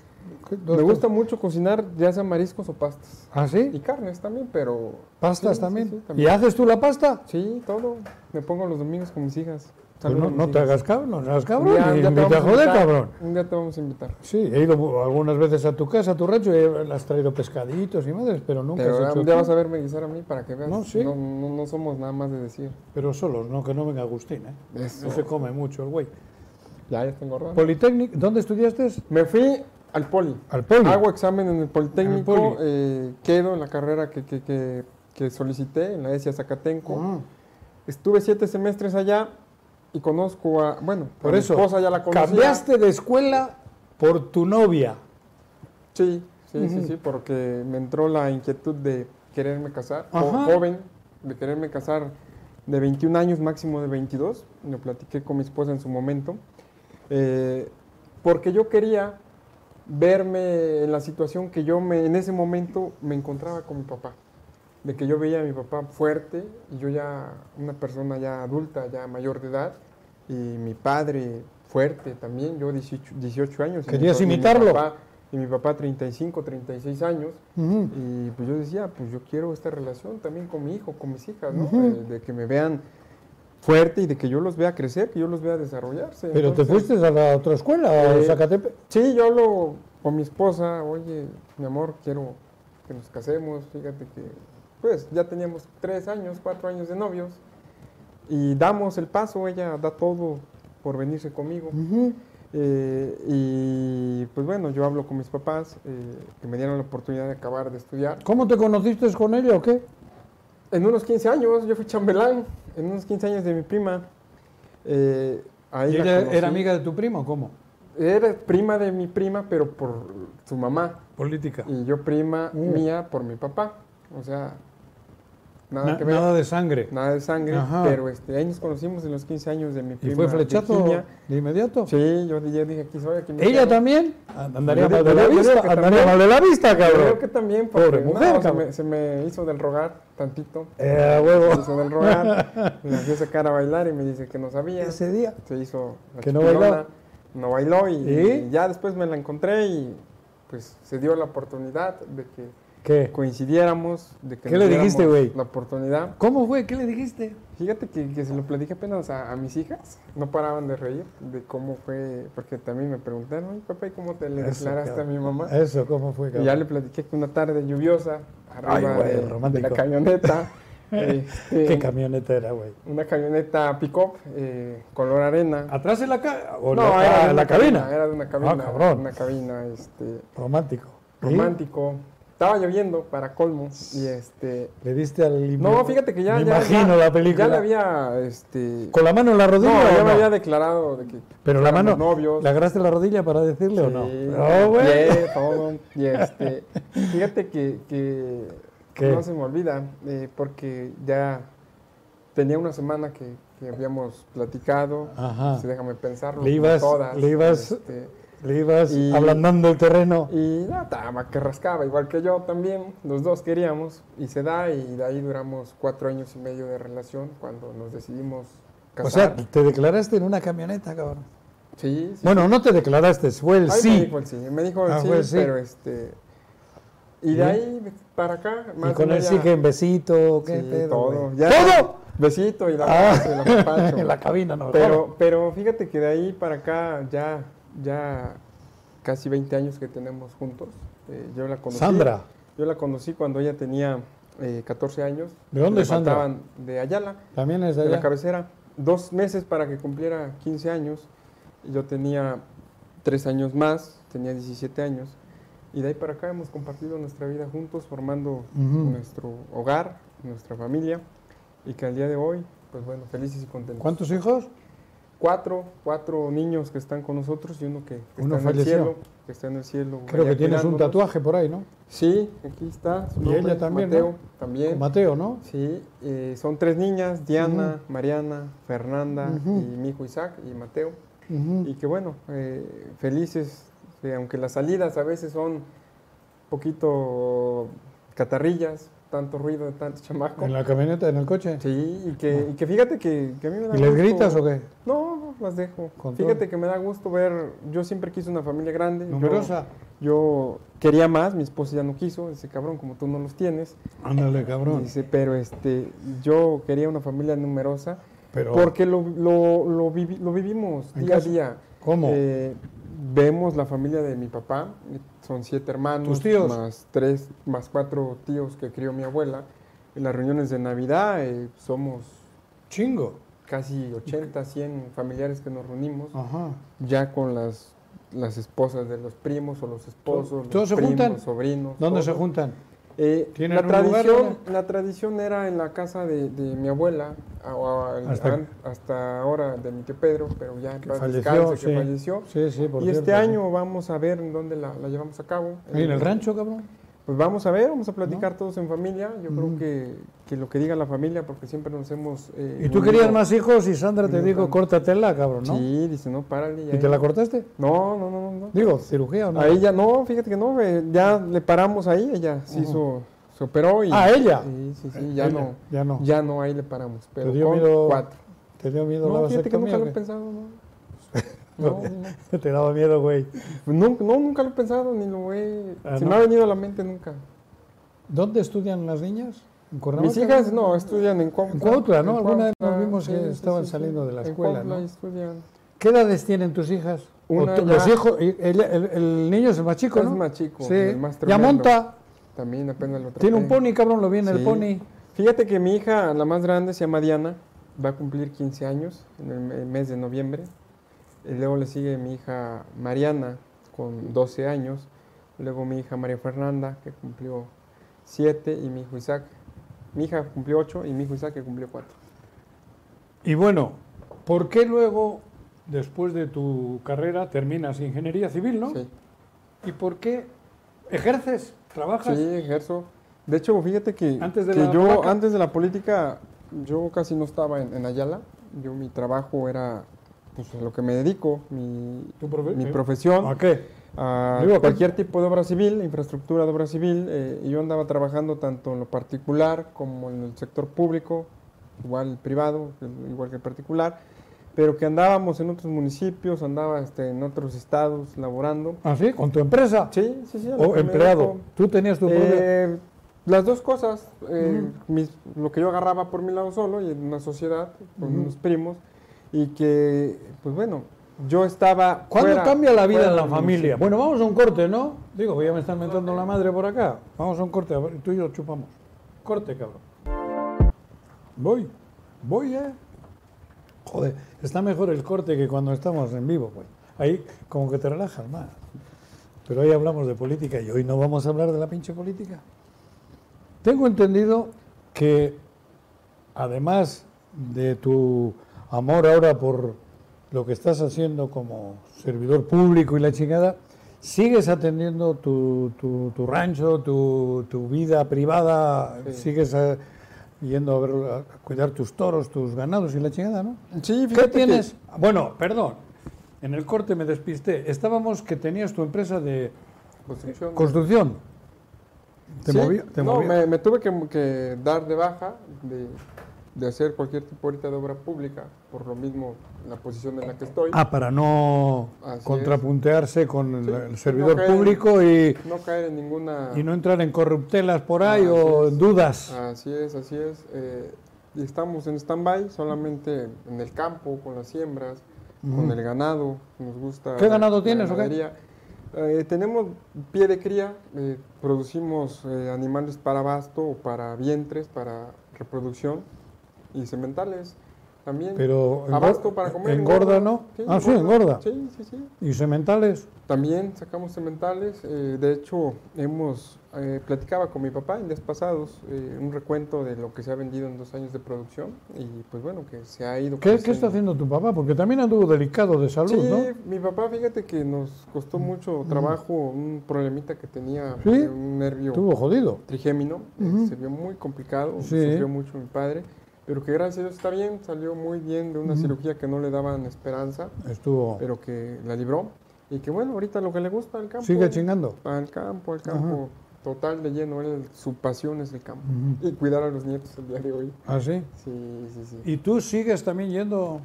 Speaker 1: qué- dos-
Speaker 2: Me gusta mucho cocinar, ya sea mariscos o pastas.
Speaker 1: ¿Ah,
Speaker 2: Y
Speaker 1: sí?
Speaker 2: carnes también, pero
Speaker 1: ¿Pastas
Speaker 2: sí, sí,
Speaker 1: también?
Speaker 2: sí,
Speaker 1: ¿Y haces tú la pasta?
Speaker 2: Sí, todo. Me pongo los domingos con mis hijas.
Speaker 1: Pues
Speaker 2: Saludos
Speaker 1: no,
Speaker 2: a mis
Speaker 1: no te
Speaker 2: hijas.
Speaker 1: hagas cabrón, no seas
Speaker 2: Un
Speaker 1: cabrón.
Speaker 2: día- un
Speaker 1: y
Speaker 2: día te
Speaker 1: invita a
Speaker 2: vamos a
Speaker 1: joder,
Speaker 2: invitar,
Speaker 1: cabrón.
Speaker 2: Un día te vamos a invitar.
Speaker 1: Sí, he ido mu- algunas veces a tu casa, a tu rancho, y he- le has traído pescaditos y madres, pero nunca
Speaker 2: Pero
Speaker 1: has
Speaker 2: ahora
Speaker 1: hecho
Speaker 2: un día
Speaker 1: tú.
Speaker 2: vas a verme guisar a mí para que veas.
Speaker 1: No, sí.
Speaker 2: no, no- no somos nada más de decir.
Speaker 1: Pero solos, no, que no venga Agustín, ¿eh?
Speaker 2: Eso.
Speaker 1: No se come mucho el güey.
Speaker 2: Ya, ya estoy engordando.
Speaker 1: Politécnico, ¿dónde estudiaste?
Speaker 2: Me fui al poli.
Speaker 1: Al poli.
Speaker 2: Hago examen en el Politécnico,
Speaker 1: En el poli.
Speaker 2: eh, quedo en la carrera que, que- que- que solicité, en la ESIA Zacatenco.
Speaker 1: Ah,
Speaker 2: Estuve siete semestres allá y conozco a, bueno, a
Speaker 1: por
Speaker 2: mi
Speaker 1: eso,
Speaker 2: esposa ya la conocía.
Speaker 1: cambiaste de escuela por tu novia.
Speaker 2: Sí, Sí, sí, sí, porque me entró la inquietud de quererme casar, jo-
Speaker 1: Ajá.
Speaker 2: joven, de quererme casar de 21 años, máximo de 22. Lo platiqué con mi esposa en su momento. eh, porque yo quería verme en la situación que yo me, en ese momento me encontraba con mi papá. De que yo veía a mi papá fuerte y yo ya una persona ya adulta, ya mayor de edad, y mi padre fuerte también, yo 18, 18 años. y mi
Speaker 1: ¿Querías
Speaker 2: pa- y mi
Speaker 1: imitarlo?
Speaker 2: papá- y mi papá 35, 36 años. Y pues yo decía, pues yo quiero esta relación también con mi hijo, con mis hijas, ¿no?
Speaker 1: Ujú.
Speaker 2: Eh, de que me vean fuerte y de que yo los vea crecer, que yo los vea desarrollarse.
Speaker 1: Pero te
Speaker 2: Entonces,
Speaker 1: fuiste a la otra escuela, a
Speaker 2: Eh,
Speaker 1: Zacatepec.
Speaker 2: Sí, yo hablo con mi esposa, oye, mi amor, quiero que nos casemos, fíjate que, pues, ya teníamos tres años, cuatro años de novios, y damos el paso, ella da todo por venirse conmigo. Eh, y pues bueno, yo hablo con mis papás, eh, que me dieron la oportunidad de acabar de estudiar.
Speaker 1: ¿Cómo te conociste con ella o qué?
Speaker 2: En unos 15 años, yo fui chambelán, en unos 15 años de mi prima. eh, ahí la conocí.
Speaker 1: de tu primo cómo?
Speaker 2: Era prima de mi prima, pero por su mamá.
Speaker 1: Política.
Speaker 2: Y yo prima
Speaker 1: Mm.
Speaker 2: mía por mi papá. O sea, nada
Speaker 1: Na-
Speaker 2: que ver,
Speaker 1: nada de sangre.
Speaker 2: nada de sangre.
Speaker 1: Ajá.
Speaker 2: Pero este, ahí nos conocimos en los 15 años de mi
Speaker 1: ¿Y
Speaker 2: prima.
Speaker 1: fue flechazo
Speaker 2: Virginia.
Speaker 1: de inmediato?
Speaker 2: Sí, yo di- yo dije, aquí soy, aquí me
Speaker 1: ¿Ella
Speaker 2: quedo".
Speaker 1: también? Andaría
Speaker 2: Yo digo-
Speaker 1: mal de la
Speaker 2: yo digo
Speaker 1: vista,
Speaker 2: que
Speaker 1: andaría
Speaker 2: también.
Speaker 1: mal de la vista,
Speaker 2: Creo
Speaker 1: cabrón.
Speaker 2: que también,
Speaker 1: Pobre
Speaker 2: porque
Speaker 1: mujer,
Speaker 2: no, se,
Speaker 1: cabrón.
Speaker 2: me, se me hizo del rogar tantito.
Speaker 1: Eh, a
Speaker 2: Se
Speaker 1: huevo.
Speaker 2: hizo del rogar. me hacía sacar a bailar y me dice que no sabía.
Speaker 1: Ese día.
Speaker 2: se hizo la
Speaker 1: Que no
Speaker 2: chipilona,
Speaker 1: bailó.
Speaker 2: no bailó y,
Speaker 1: ¿Y?
Speaker 2: y ya después me la encontré y pues se dio la oportunidad de que
Speaker 1: ¿Qué?
Speaker 2: coincidiéramos, de que
Speaker 1: ¿Qué
Speaker 2: nos
Speaker 1: le dijiste,
Speaker 2: diéramos
Speaker 1: güey?
Speaker 2: La oportunidad.
Speaker 1: ¿Cómo fue? ¿Qué le dijiste?
Speaker 2: Fíjate que, que se lo platiqué apenas a, a mis hijas, no paraban de reír de cómo fue, porque también me preguntaron, "Oye, papá, ¿y cómo te le
Speaker 1: Eso,
Speaker 2: declaraste a
Speaker 1: cabrón.
Speaker 2: mi mamá?
Speaker 1: Eso, ¿cómo fue,
Speaker 2: Y
Speaker 1: cabrón?
Speaker 2: ya le platiqué que una tarde lluviosa, arriba
Speaker 1: güey,
Speaker 2: de- de,
Speaker 1: romántico.
Speaker 2: la camioneta, este,
Speaker 1: ¿Qué camioneta era, güey?
Speaker 2: una camioneta pick-up eh, color arena.
Speaker 1: ¿Atrás en la, ca- o
Speaker 2: No,
Speaker 1: Ah, la-
Speaker 2: era de
Speaker 1: ah,
Speaker 2: una
Speaker 1: la cabina?
Speaker 2: Era de una cabina.
Speaker 1: Ah, cabrón.
Speaker 2: Una cabina, este,
Speaker 1: Romántico. ¿Y?
Speaker 2: romántico. Estaba lloviendo para colmo y este.
Speaker 1: ¿Le diste al
Speaker 2: No, fíjate que ya.
Speaker 1: Me
Speaker 2: ya-
Speaker 1: imagino
Speaker 2: ya-
Speaker 1: la película.
Speaker 2: Ya le había, este.
Speaker 1: ¿Con la mano en la
Speaker 2: No,
Speaker 1: rodilla?
Speaker 2: ya
Speaker 1: o
Speaker 2: me
Speaker 1: no?
Speaker 2: había declarado de que.
Speaker 1: Pero la mano,
Speaker 2: éramos Novios.
Speaker 1: ¿le agarraste la rodilla para decirle o no? Ah, No, güey.
Speaker 2: yeah, todo. Y este. Fíjate que. que
Speaker 1: ¿Qué?
Speaker 2: No se me olvida, eh, porque ya tenía una semana que, que habíamos platicado.
Speaker 1: Ajá.
Speaker 2: Sí, déjame pensarlo.
Speaker 1: Ah. Le
Speaker 2: como
Speaker 1: ibas- le ibas-
Speaker 2: este,
Speaker 1: Le ibas
Speaker 2: Y-
Speaker 1: ablandando el terreno.
Speaker 2: Y la tama que rascaba, igual que yo también, los dos queríamos, y se da, y de ahí duramos cuatro años y medio de relación cuando nos decidimos
Speaker 1: o sea,
Speaker 2: casar.
Speaker 1: te declaraste en una camioneta, cabrón.
Speaker 2: sí, sí.
Speaker 1: Bueno, no te declaraste, fue el
Speaker 2: Ahí Me
Speaker 1: sí.
Speaker 2: dijo el sí, me dijo el
Speaker 1: Ah,
Speaker 2: sí,
Speaker 1: fue el sí.
Speaker 2: pero este. Y de
Speaker 1: ¿Y?
Speaker 2: ahí para acá, más
Speaker 1: Y con
Speaker 2: o
Speaker 1: él
Speaker 2: menos
Speaker 1: sí
Speaker 2: ya-
Speaker 1: que en besito, qué
Speaker 2: sí,
Speaker 1: pedo.
Speaker 2: todo.
Speaker 1: güey?
Speaker 2: ya-
Speaker 1: ¿Todo?
Speaker 2: Besito y la
Speaker 1: Ah.
Speaker 2: abrazo y la apapacho.
Speaker 1: en la cabina, no.
Speaker 2: Pero, pero fíjate que de ahí para acá ya, ya casi 20 años que tenemos juntos. Eh, yo la conocí.
Speaker 1: Sandra,
Speaker 2: Yo la conocí cuando ella tenía eh, 14 años.
Speaker 1: ¿De dónde
Speaker 2: Le
Speaker 1: es Sandra?
Speaker 2: faltaban De Ayala,
Speaker 1: también es de
Speaker 2: de la
Speaker 1: allá.
Speaker 2: cabecera. Dos meses para que cumpliera 15 años. Y Yo tenía tres años más, tenía 17 años. Y de ahí para acá hemos compartido nuestra vida juntos, formando
Speaker 1: Ujú.
Speaker 2: nuestro hogar, nuestra familia. Y que al día de hoy, pues bueno, felices y contentos.
Speaker 1: ¿Cuántos hijos?
Speaker 2: Cuatro, cuatro niños que están con nosotros y uno que, que
Speaker 1: Uno
Speaker 2: está en el
Speaker 1: falleció.
Speaker 2: cielo. Que está en el cielo.
Speaker 1: Creo
Speaker 2: allá
Speaker 1: que tienes un
Speaker 2: cuidándonos.
Speaker 1: tatuaje por ahí, ¿no?
Speaker 2: Sí, aquí está. su
Speaker 1: Y
Speaker 2: nombre,
Speaker 1: ella también, ¿no?
Speaker 2: Mateo,
Speaker 1: Con
Speaker 2: también.
Speaker 1: Mateo, ¿no?
Speaker 2: Sí, eh, son tres niñas, Diana, Mariana, Fernanda
Speaker 1: Ujú.
Speaker 2: y mi hijo Isaac y Mateo.
Speaker 1: Ujú.
Speaker 2: Y que bueno, eh, felices, eh, aunque las salidas a veces son un poquito catarrillas, tanto ruido de tanto chamaco.
Speaker 1: En la camioneta, en el coche.
Speaker 2: Sí, y que, y que fíjate que, que a mí me da
Speaker 1: ¿Y les
Speaker 2: gusto-
Speaker 1: gritas o qué?
Speaker 2: No, no, las dejo.
Speaker 1: Con todo.
Speaker 2: Fíjate que me da gusto ver, yo siempre quise una familia grande. yo-
Speaker 1: Numerosa.
Speaker 2: yo quería más, mi esposa ya no quiso, dice, cabrón, como tú no los tienes.
Speaker 1: Ándale, cabrón.
Speaker 2: Dice, pero este, yo quería una familia numerosa
Speaker 1: Pero,
Speaker 2: porque lo, lo, lo, vivi- lo vivimos
Speaker 1: ¿En
Speaker 2: día a
Speaker 1: casa?
Speaker 2: día.
Speaker 1: ¿cómo?
Speaker 2: Eh, vemos la familia de mi papá, son siete hermanos,
Speaker 1: ¿Tus tíos?
Speaker 2: más tres, más cuatro tíos que crió mi abuela. En las reuniones de Navidad eh, somos
Speaker 1: Chingo.
Speaker 2: casi 80, 100 familiares que nos reunimos,
Speaker 1: Ajá.
Speaker 2: ya con las, las esposas de los primos o los esposos,
Speaker 1: ¿Todos
Speaker 2: los
Speaker 1: se
Speaker 2: primos,
Speaker 1: juntan?
Speaker 2: sobrinos.
Speaker 1: ¿Dónde se
Speaker 2: todos.
Speaker 1: juntan?
Speaker 2: Eh,
Speaker 1: ¿Tienen
Speaker 2: la,
Speaker 1: un lugar
Speaker 2: tradición, la tradición era en la casa de, de mi abuela, a- a- al- an-
Speaker 1: Hasta-
Speaker 2: hasta, ahora de mi tío Pedro, pero ya en
Speaker 1: Que
Speaker 2: paz
Speaker 1: falleció,
Speaker 2: descanse,
Speaker 1: sí.
Speaker 2: que falleció.
Speaker 1: Sí, sí, por
Speaker 2: y este
Speaker 1: cierto, sí.
Speaker 2: año vamos a ver en dónde la, la llevamos a cabo.
Speaker 1: Ahí en
Speaker 2: Eh,
Speaker 1: el rancho, cabrón.
Speaker 2: Pues vamos a ver, vamos a platicar todos en familia. Yo
Speaker 1: Ujú.
Speaker 2: creo que, que lo que diga la familia, porque siempre nos hemos... eh,
Speaker 1: Y tú
Speaker 2: unido.
Speaker 1: querías más hijos y Sandra te
Speaker 2: Unido
Speaker 1: dijo,
Speaker 2: tanto.
Speaker 1: córtatela, cabrón, ¿no?
Speaker 2: Sí, dice, no, párale. ya".
Speaker 1: ¿Y te la cortaste?
Speaker 2: No, no, no, no. no.
Speaker 1: Digo, cirugía o no.
Speaker 2: A ella no, fíjate que no, eh, ya le paramos ahí, ella se
Speaker 1: Ujú.
Speaker 2: hizo, se operó y...
Speaker 1: Ah, ella. Eh,
Speaker 2: Sí, sí, sí, ya
Speaker 1: Ella,
Speaker 2: no,
Speaker 1: Ya no.
Speaker 2: ya no, ahí le paramos, pero
Speaker 1: dio
Speaker 2: con
Speaker 1: miedo
Speaker 2: cuatro.
Speaker 1: ¿Te dio miedo la
Speaker 2: No, fíjate que
Speaker 1: vasectomía?
Speaker 2: nunca
Speaker 1: o
Speaker 2: lo he
Speaker 1: qué?
Speaker 2: pensado, no. No, no,
Speaker 1: Te daba miedo, güey.
Speaker 2: no, no, nunca lo he pensado, ni lo he...
Speaker 1: Ah,
Speaker 2: se
Speaker 1: ¿no?
Speaker 2: me ha venido a la mente nunca.
Speaker 1: ¿Dónde estudian las niñas? ¿En Cuernavaca?
Speaker 2: Mis hijas, no, estudian en Cuautla.
Speaker 1: En Cuautla, ¿no? Alguna vez nos
Speaker 2: Cuautla,
Speaker 1: vimos que estaban saliendo de la escuela,
Speaker 2: En Cuautla
Speaker 1: ¿no?
Speaker 2: estudian.
Speaker 1: ¿Qué edades tienen tus hijas? O
Speaker 2: Una
Speaker 1: tú-
Speaker 2: ya-
Speaker 1: los hijos, y ella- el, el niño es el más chico,
Speaker 2: Es
Speaker 1: ¿no?
Speaker 2: más chico,
Speaker 1: Sí.
Speaker 2: el más
Speaker 1: ya
Speaker 2: tremendo.
Speaker 1: monta,
Speaker 2: También apenas lo
Speaker 1: tiene un
Speaker 2: atrapé.
Speaker 1: pony, cabrón, lo vi en el
Speaker 2: Sí.
Speaker 1: pony.
Speaker 2: Fíjate que mi hija, la más grande, se llama Diana, va a cumplir 15 años en el me- mes de noviembre. Y luego le sigue mi hija Mariana, con 12 años. Luego mi hija María Fernanda, que cumplió 7, y mi hijo Isaac. Mi hija cumplió 8 y mi hijo Isaac que cumplió 4.
Speaker 1: Y bueno, ¿por qué luego, después de tu carrera, terminas ingeniería civil, no?
Speaker 2: Sí.
Speaker 1: ¿Y por qué ejerces, trabajas?
Speaker 2: Sí, ejerzo. De hecho, fíjate que,
Speaker 1: Antes de
Speaker 2: que
Speaker 1: la
Speaker 2: yo,
Speaker 1: placa.
Speaker 2: antes de la política, yo casi no estaba en, en Ayala. Yo, mi trabajo era pues, a lo que me dedico, mi,
Speaker 1: ¿Tu profe-
Speaker 2: mi
Speaker 1: eh,
Speaker 2: profesión.
Speaker 1: ¿A qué?
Speaker 2: a
Speaker 1: Digo, acá-
Speaker 2: cualquier tipo de obra civil, infraestructura de obra civil. eh, y yo andaba trabajando tanto en lo particular como en el sector público, igual el privado, el- igual que el particular, pero que andábamos en otros municipios, andaba este, en otros estados laborando.
Speaker 1: ¿Ah, sí? ¿Con tu empresa?
Speaker 2: Sí, sí, sí. a lo
Speaker 1: ¿O
Speaker 2: que me
Speaker 1: empleado?
Speaker 2: dedico.
Speaker 1: ¿Tú tenías tu propia?
Speaker 2: Eh, las dos cosas, eh, mis- lo que yo agarraba por mi lado solo y en una sociedad con
Speaker 1: Ujú.
Speaker 2: unos primos, y que, pues bueno, yo estaba.
Speaker 1: ¿Cuándo
Speaker 2: fuera-
Speaker 1: cambia la vida
Speaker 2: fuera
Speaker 1: en la
Speaker 2: del
Speaker 1: familia?
Speaker 2: municipio.
Speaker 1: Bueno, vamos a un corte, ¿no? Digo, que ya me están mentando la madre por acá. Vamos a un corte, a ver, tú y yo chupamos. Corte, cabrón. Voy, voy, ¿eh? Joder, está mejor el corte que cuando estamos en vivo, güey. Ahí como que te relajas más. Pero hoy hablamos de política y hoy no vamos a hablar de la pinche política. Tengo entendido que además de tu amor ahora por lo que estás haciendo como servidor público y la chingada, sigues atendiendo tu, tu- tu rancho, tu, tu vida privada,
Speaker 2: Sí.
Speaker 1: sigues eh, yendo a, ver, a cuidar tus toros, tus ganados y la chingada, ¿no?
Speaker 2: Sí,
Speaker 1: ¿Qué
Speaker 2: fíjate que-
Speaker 1: tienes? Bueno, perdón, en el corte me despisté. Estábamos que tenías tu empresa de
Speaker 2: Construcción.
Speaker 1: construcción. ¿Te
Speaker 2: Sí,
Speaker 1: moví- te
Speaker 2: no,
Speaker 1: moví-
Speaker 2: me, me tuve que, que dar de baja de, de hacer cualquier tipo ahorita de obra pública, por lo mismo la posición en la que estoy.
Speaker 1: Ah, para no
Speaker 2: Así es.
Speaker 1: contrapuntearse con el,
Speaker 2: Sí,
Speaker 1: el
Speaker 2: no
Speaker 1: servidor
Speaker 2: caer en-
Speaker 1: público y,
Speaker 2: No caer en ninguna.
Speaker 1: y no entrar en corruptelas por ahí
Speaker 2: Ah, Así
Speaker 1: o
Speaker 2: es. Ah.
Speaker 1: en dudas.
Speaker 2: Así es, así es. eh, y estamos en stand-by, solamente en el campo, con las siembras, con
Speaker 1: Ujú.
Speaker 2: el ganado. Nos gusta.
Speaker 1: ¿Qué
Speaker 2: la-
Speaker 1: ganado
Speaker 2: la
Speaker 1: tienes o qué?
Speaker 2: ganadería. Eh, tenemos pie de cría, eh, producimos eh, animales para basto o para vientres, para reproducción y sementales también.
Speaker 1: Pero engor-
Speaker 2: Abasto para comer.
Speaker 1: engorda, ¿no?
Speaker 2: Sí,
Speaker 1: ah, sí, engorda.
Speaker 2: Sí, sí, sí.
Speaker 1: Y sementales.
Speaker 2: También sacamos sementales. eh, de hecho, hemos eh, platicaba con mi papá en días pasados eh, un recuento de lo que se ha vendido en dos años de producción y pues bueno que se ha ido.
Speaker 1: ¿Qué, qué
Speaker 2: creciendo.
Speaker 1: está haciendo tu papá? Porque también anduvo delicado de salud,
Speaker 2: Sí,
Speaker 1: ¿no? Mm.
Speaker 2: mi papá, fíjate que nos costó mucho trabajo un problemita que tenía
Speaker 1: ¿Sí?
Speaker 2: de un nervio
Speaker 1: Estuvo jodido.
Speaker 2: trigémino, eh,
Speaker 1: Ujú.
Speaker 2: se vio muy complicado,
Speaker 1: Sí.
Speaker 2: sufrió mucho mi padre, pero que gracias a Dios está bien, salió muy bien de una
Speaker 1: Ujú.
Speaker 2: cirugía que no le daban esperanza,
Speaker 1: Estuvo.
Speaker 2: pero que la libró y que bueno ahorita lo que le gusta al campo.
Speaker 1: Sigue chingando.
Speaker 2: Al campo, al campo. Total de lleno. él- su pasión es el campo.
Speaker 1: Ujú.
Speaker 2: Y cuidar a los nietos el día de hoy.
Speaker 1: ¿Ah, sí?
Speaker 2: Sí, sí, sí.
Speaker 1: ¿Y tú sigues también yendo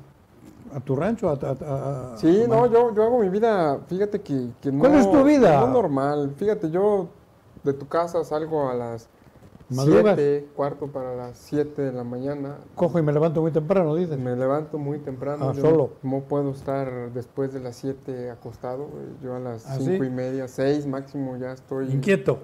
Speaker 1: a tu rancho? A, a- a-
Speaker 2: Sí,
Speaker 1: a-
Speaker 2: no, yo, yo hago mi vida, fíjate que, que no...
Speaker 1: Ah, ¿Cuál es tu vida?
Speaker 2: No normal. Fíjate, yo de tu casa salgo a las
Speaker 1: ¿Madrugas?
Speaker 2: 7, cuarto para las 7 de la mañana.
Speaker 1: Cojo y me levanto muy temprano, dices.
Speaker 2: Me levanto muy temprano.
Speaker 1: Ah,
Speaker 2: yo
Speaker 1: solo.
Speaker 2: No puedo estar después de las 7 acostado. eh, Yo a las
Speaker 1: ¿Ah,
Speaker 2: 5
Speaker 1: sí?
Speaker 2: y media, 6 máximo ya estoy...
Speaker 1: Inquieto.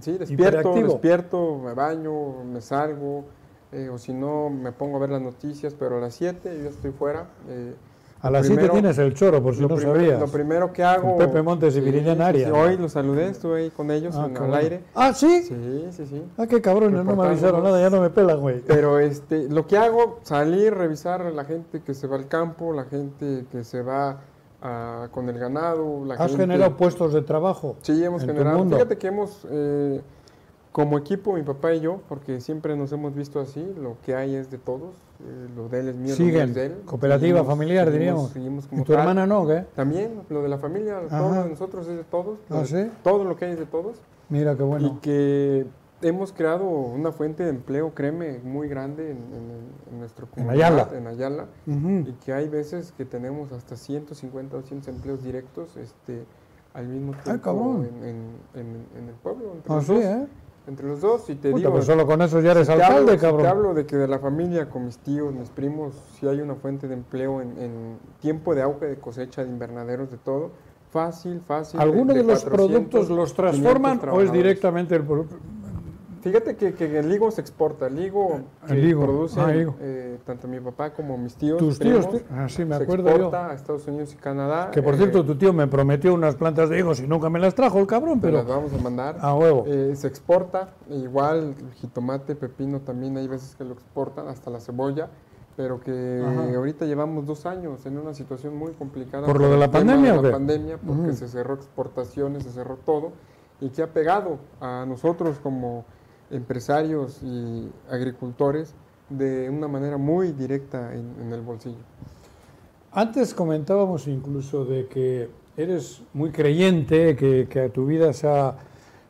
Speaker 2: Sí, despierto,
Speaker 1: Hiperactivo.
Speaker 2: despierto, me baño, me salgo, eh, o si no, me pongo a ver las noticias, pero a las 7 yo estoy fuera. eh,
Speaker 1: A las 7
Speaker 2: primero-
Speaker 1: tienes el choro, por Pues si
Speaker 2: lo,
Speaker 1: no
Speaker 2: primer-
Speaker 1: sabías.
Speaker 2: lo primero que
Speaker 1: Con
Speaker 2: hago.
Speaker 1: Pepe Montes y Viridiana
Speaker 2: sí,
Speaker 1: Arias.
Speaker 2: sí, Hoy los saludé, estuve ahí con ellos
Speaker 1: Ah,
Speaker 2: en
Speaker 1: qué
Speaker 2: el
Speaker 1: bueno.
Speaker 2: aire.
Speaker 1: Ah, ¿sí?
Speaker 2: Sí, sí, sí.
Speaker 1: Ah, qué cabrones, no me avisaron
Speaker 2: Reportándonos.
Speaker 1: nada, ya no me pelan, güey.
Speaker 2: Pero este, lo que hago, salir, revisar a la gente que se va al campo, la gente que se va a- con el ganado. La
Speaker 1: Has
Speaker 2: gente-
Speaker 1: generado puestos de trabajo.
Speaker 2: Sí, hemos
Speaker 1: en tu
Speaker 2: generado.
Speaker 1: mundo.
Speaker 2: Fíjate que hemos, eh, como equipo, mi papá y yo, porque siempre nos hemos visto así, lo que hay es de todos, eh, lo de él es mío, lo mío
Speaker 1: Siguen,
Speaker 2: es de él.
Speaker 1: cooperativa
Speaker 2: Seguimos-
Speaker 1: familiar,
Speaker 2: seguimos-
Speaker 1: diríamos.
Speaker 2: seguimos como
Speaker 1: Y tu
Speaker 2: tal.
Speaker 1: hermana no, ¿qué?
Speaker 2: También, lo de la familia,
Speaker 1: Ajá.
Speaker 2: todo de nosotros es de todos. lo
Speaker 1: Ah,
Speaker 2: de-
Speaker 1: ¿sí?
Speaker 2: Todo lo que hay es de todos.
Speaker 1: Mira qué bueno.
Speaker 2: Y que hemos creado una fuente de empleo, créeme, muy grande en, en, en nuestro
Speaker 1: En
Speaker 2: comunidad,
Speaker 1: Ayala.
Speaker 2: En Ayala.
Speaker 1: Ujú.
Speaker 2: Y que hay veces que tenemos hasta 150 o 200 empleos directos este, al mismo tiempo
Speaker 1: Ah, cabrón.
Speaker 2: en, en- en- en el pueblo. Entre,
Speaker 1: Ah,
Speaker 2: los
Speaker 1: sí,
Speaker 2: dos,
Speaker 1: ¿eh?
Speaker 2: entre los dos, y te
Speaker 1: Puta,
Speaker 2: digo,
Speaker 1: pues solo con eso ya eres
Speaker 2: te hablo,
Speaker 1: alcalde,
Speaker 2: si
Speaker 1: cabrón.
Speaker 2: te hablo de que de la familia, con mis tíos, mis primos, si hay una fuente de empleo en, en tiempo de auge, de cosecha, de invernaderos, de todo, fácil, fácil.
Speaker 1: ¿Alguno de, los
Speaker 2: 400,
Speaker 1: productos los
Speaker 2: 500
Speaker 1: transforman o es
Speaker 2: trabajadores.
Speaker 1: directamente el producto?
Speaker 2: Fíjate que, que el Ligo se exporta, el Ligo,
Speaker 1: El
Speaker 2: que
Speaker 1: Ligo,
Speaker 2: produce
Speaker 1: ah, Ligo.
Speaker 2: eh, tanto mi papá como mis tíos.
Speaker 1: Tus tíos,
Speaker 2: primos,
Speaker 1: ti- ah, sí, me
Speaker 2: se
Speaker 1: acuerdo yo.
Speaker 2: exporta a Estados Unidos y Canadá.
Speaker 1: Que por
Speaker 2: eh,
Speaker 1: cierto, tu tío me prometió unas plantas de higos y nunca me las trajo el cabrón,
Speaker 2: te las
Speaker 1: pero Ah,
Speaker 2: vamos a mandar.
Speaker 1: a huevo.
Speaker 2: Eh, se exporta, e igual jitomate, pepino también, hay veces que lo exportan, hasta la cebolla, pero que
Speaker 1: Ajá.
Speaker 2: ahorita llevamos dos años en una situación muy complicada.
Speaker 1: ¿Por lo de
Speaker 2: el
Speaker 1: la
Speaker 2: tema
Speaker 1: pandemia o
Speaker 2: de
Speaker 1: qué?
Speaker 2: la pandemia, porque
Speaker 1: Ujú.
Speaker 2: se cerró exportaciones, se cerró todo, y que ha pegado a nosotros como empresarios y agricultores de una manera muy directa en, en el bolsillo.
Speaker 1: Antes comentábamos incluso de que eres muy creyente, que, que a tu vida se ha,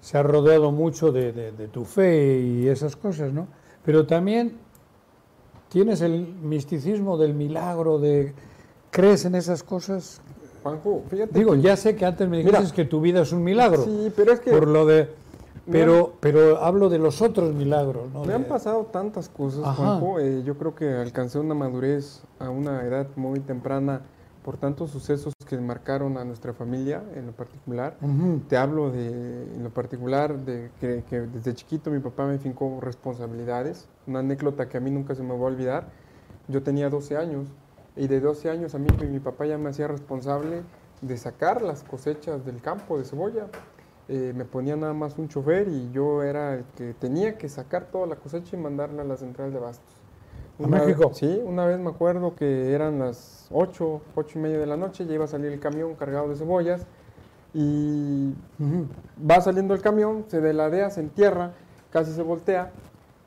Speaker 1: se ha rodeado mucho de, de- de tu fe y esas cosas, ¿no? Pero también tienes el misticismo del milagro, de crees en esas cosas.
Speaker 2: Juanjo, fíjate.
Speaker 1: Digo, ya sé que antes me dijiste
Speaker 2: Mira.
Speaker 1: que tu vida es un milagro,
Speaker 2: Sí, pero es que
Speaker 1: por lo de,
Speaker 2: Mira.
Speaker 1: pero, pero hablo de los otros milagros, ¿no?
Speaker 2: Me han
Speaker 1: De-
Speaker 2: pasado tantas cosas,
Speaker 1: Ajá.
Speaker 2: Juanjo. eh, yo creo que alcancé una madurez a una edad muy temprana por tantos sucesos que marcaron a nuestra familia en lo particular.
Speaker 1: Ujú.
Speaker 2: Te hablo de, en lo particular de que, que desde chiquito mi papá me fincó responsabilidades. Una anécdota que a mí nunca se me va a olvidar. Yo tenía 12 años y de 12 años a mí mi- mi papá ya me hacía responsable de sacar las cosechas del campo de cebolla. Eh, me ponía nada más un chofer y yo era el que tenía que sacar toda la cosecha y mandarla a la central de bastos.
Speaker 1: ¿A México?
Speaker 2: Sí, una vez me acuerdo que eran las 8, 8 y media de la noche, ya iba a salir el camión cargado de cebollas y
Speaker 1: Ujú.
Speaker 2: va saliendo el camión, se deladea, se entierra, casi se voltea.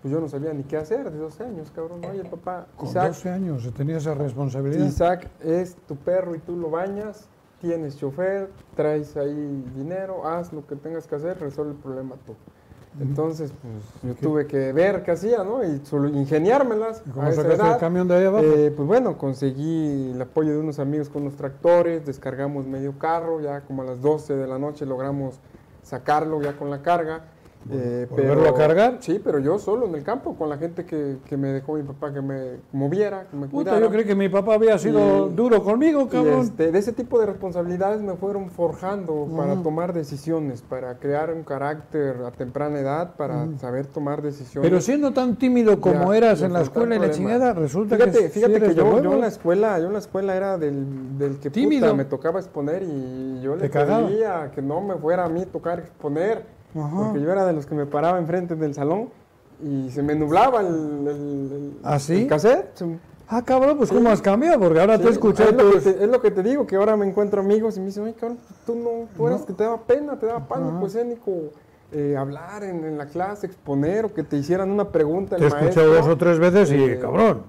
Speaker 2: Pues yo no sabía ni qué hacer de 12 años, cabrón. Oye, papá,
Speaker 1: Con
Speaker 2: Isaac,
Speaker 1: 12 años eh, tenía esa responsabilidad.
Speaker 2: Isaac es tu perro y tú lo bañas, tienes chofer, traes ahí dinero, haz lo que tengas que hacer, resuelve el problema tú. Entonces, pues yo
Speaker 1: ¿Qué?
Speaker 2: tuve que ver qué hacía, ¿no? Y solo ingeniármelas.
Speaker 1: ¿Y
Speaker 2: a
Speaker 1: ¿Cómo
Speaker 2: esa
Speaker 1: sacaste el
Speaker 2: edad.
Speaker 1: camión de ahí abajo?
Speaker 2: Eh, pues bueno, conseguí el apoyo de unos amigos con unos tractores, descargamos medio carro, ya como a las 12 de la noche logramos sacarlo ya con la carga. eh,
Speaker 1: ¿Volverlo a cargar?
Speaker 2: Sí, pero yo solo en el campo, con la gente que, que me dejó mi papá que me moviera, que me
Speaker 1: Puta,
Speaker 2: cuidara.
Speaker 1: yo creí que mi papá había sido
Speaker 2: Y-
Speaker 1: duro conmigo,
Speaker 2: Y,
Speaker 1: cabrón.
Speaker 2: este, de ese tipo de responsabilidades me fueron forjando para tomar decisiones, para crear un carácter a temprana edad, para saber tomar decisiones.
Speaker 1: Pero siendo tan tímido como
Speaker 2: Ya,
Speaker 1: eras
Speaker 2: ya
Speaker 1: en la
Speaker 2: fue tal
Speaker 1: escuela y la
Speaker 2: problema.
Speaker 1: chingada, resulta
Speaker 2: fíjate,
Speaker 1: que sí
Speaker 2: fíjate
Speaker 1: eres
Speaker 2: que
Speaker 1: de
Speaker 2: yo, yo
Speaker 1: huevos.
Speaker 2: en la escuela, yo en la escuela era del, del que
Speaker 1: Tímido.
Speaker 2: puta me tocaba exponer y yo
Speaker 1: Te
Speaker 2: le
Speaker 1: cagaba.
Speaker 2: pedía que no me fuera a mí tocar exponer,
Speaker 1: Ajá.
Speaker 2: porque yo era de los que me paraba enfrente del salón y se me nublaba el, el, el-
Speaker 1: ¿Ah, sí?
Speaker 2: el cassette. Se-
Speaker 1: Ah, cabrón, pues cómo has cambiado, porque ahora te pues. he
Speaker 2: sí,
Speaker 1: escuchado.
Speaker 2: Es lo, que te, es lo que te digo, que ahora me encuentro amigos y me dicen, oye, cabrón, tú no, tú eras que te daba pena, te daba pánico escénico. eh, hablar en, en la clase, exponer o que te hicieran una pregunta. el
Speaker 1: Te he escuchado
Speaker 2: maestro.
Speaker 1: dos o tres veces y,
Speaker 2: eh,
Speaker 1: cabrón,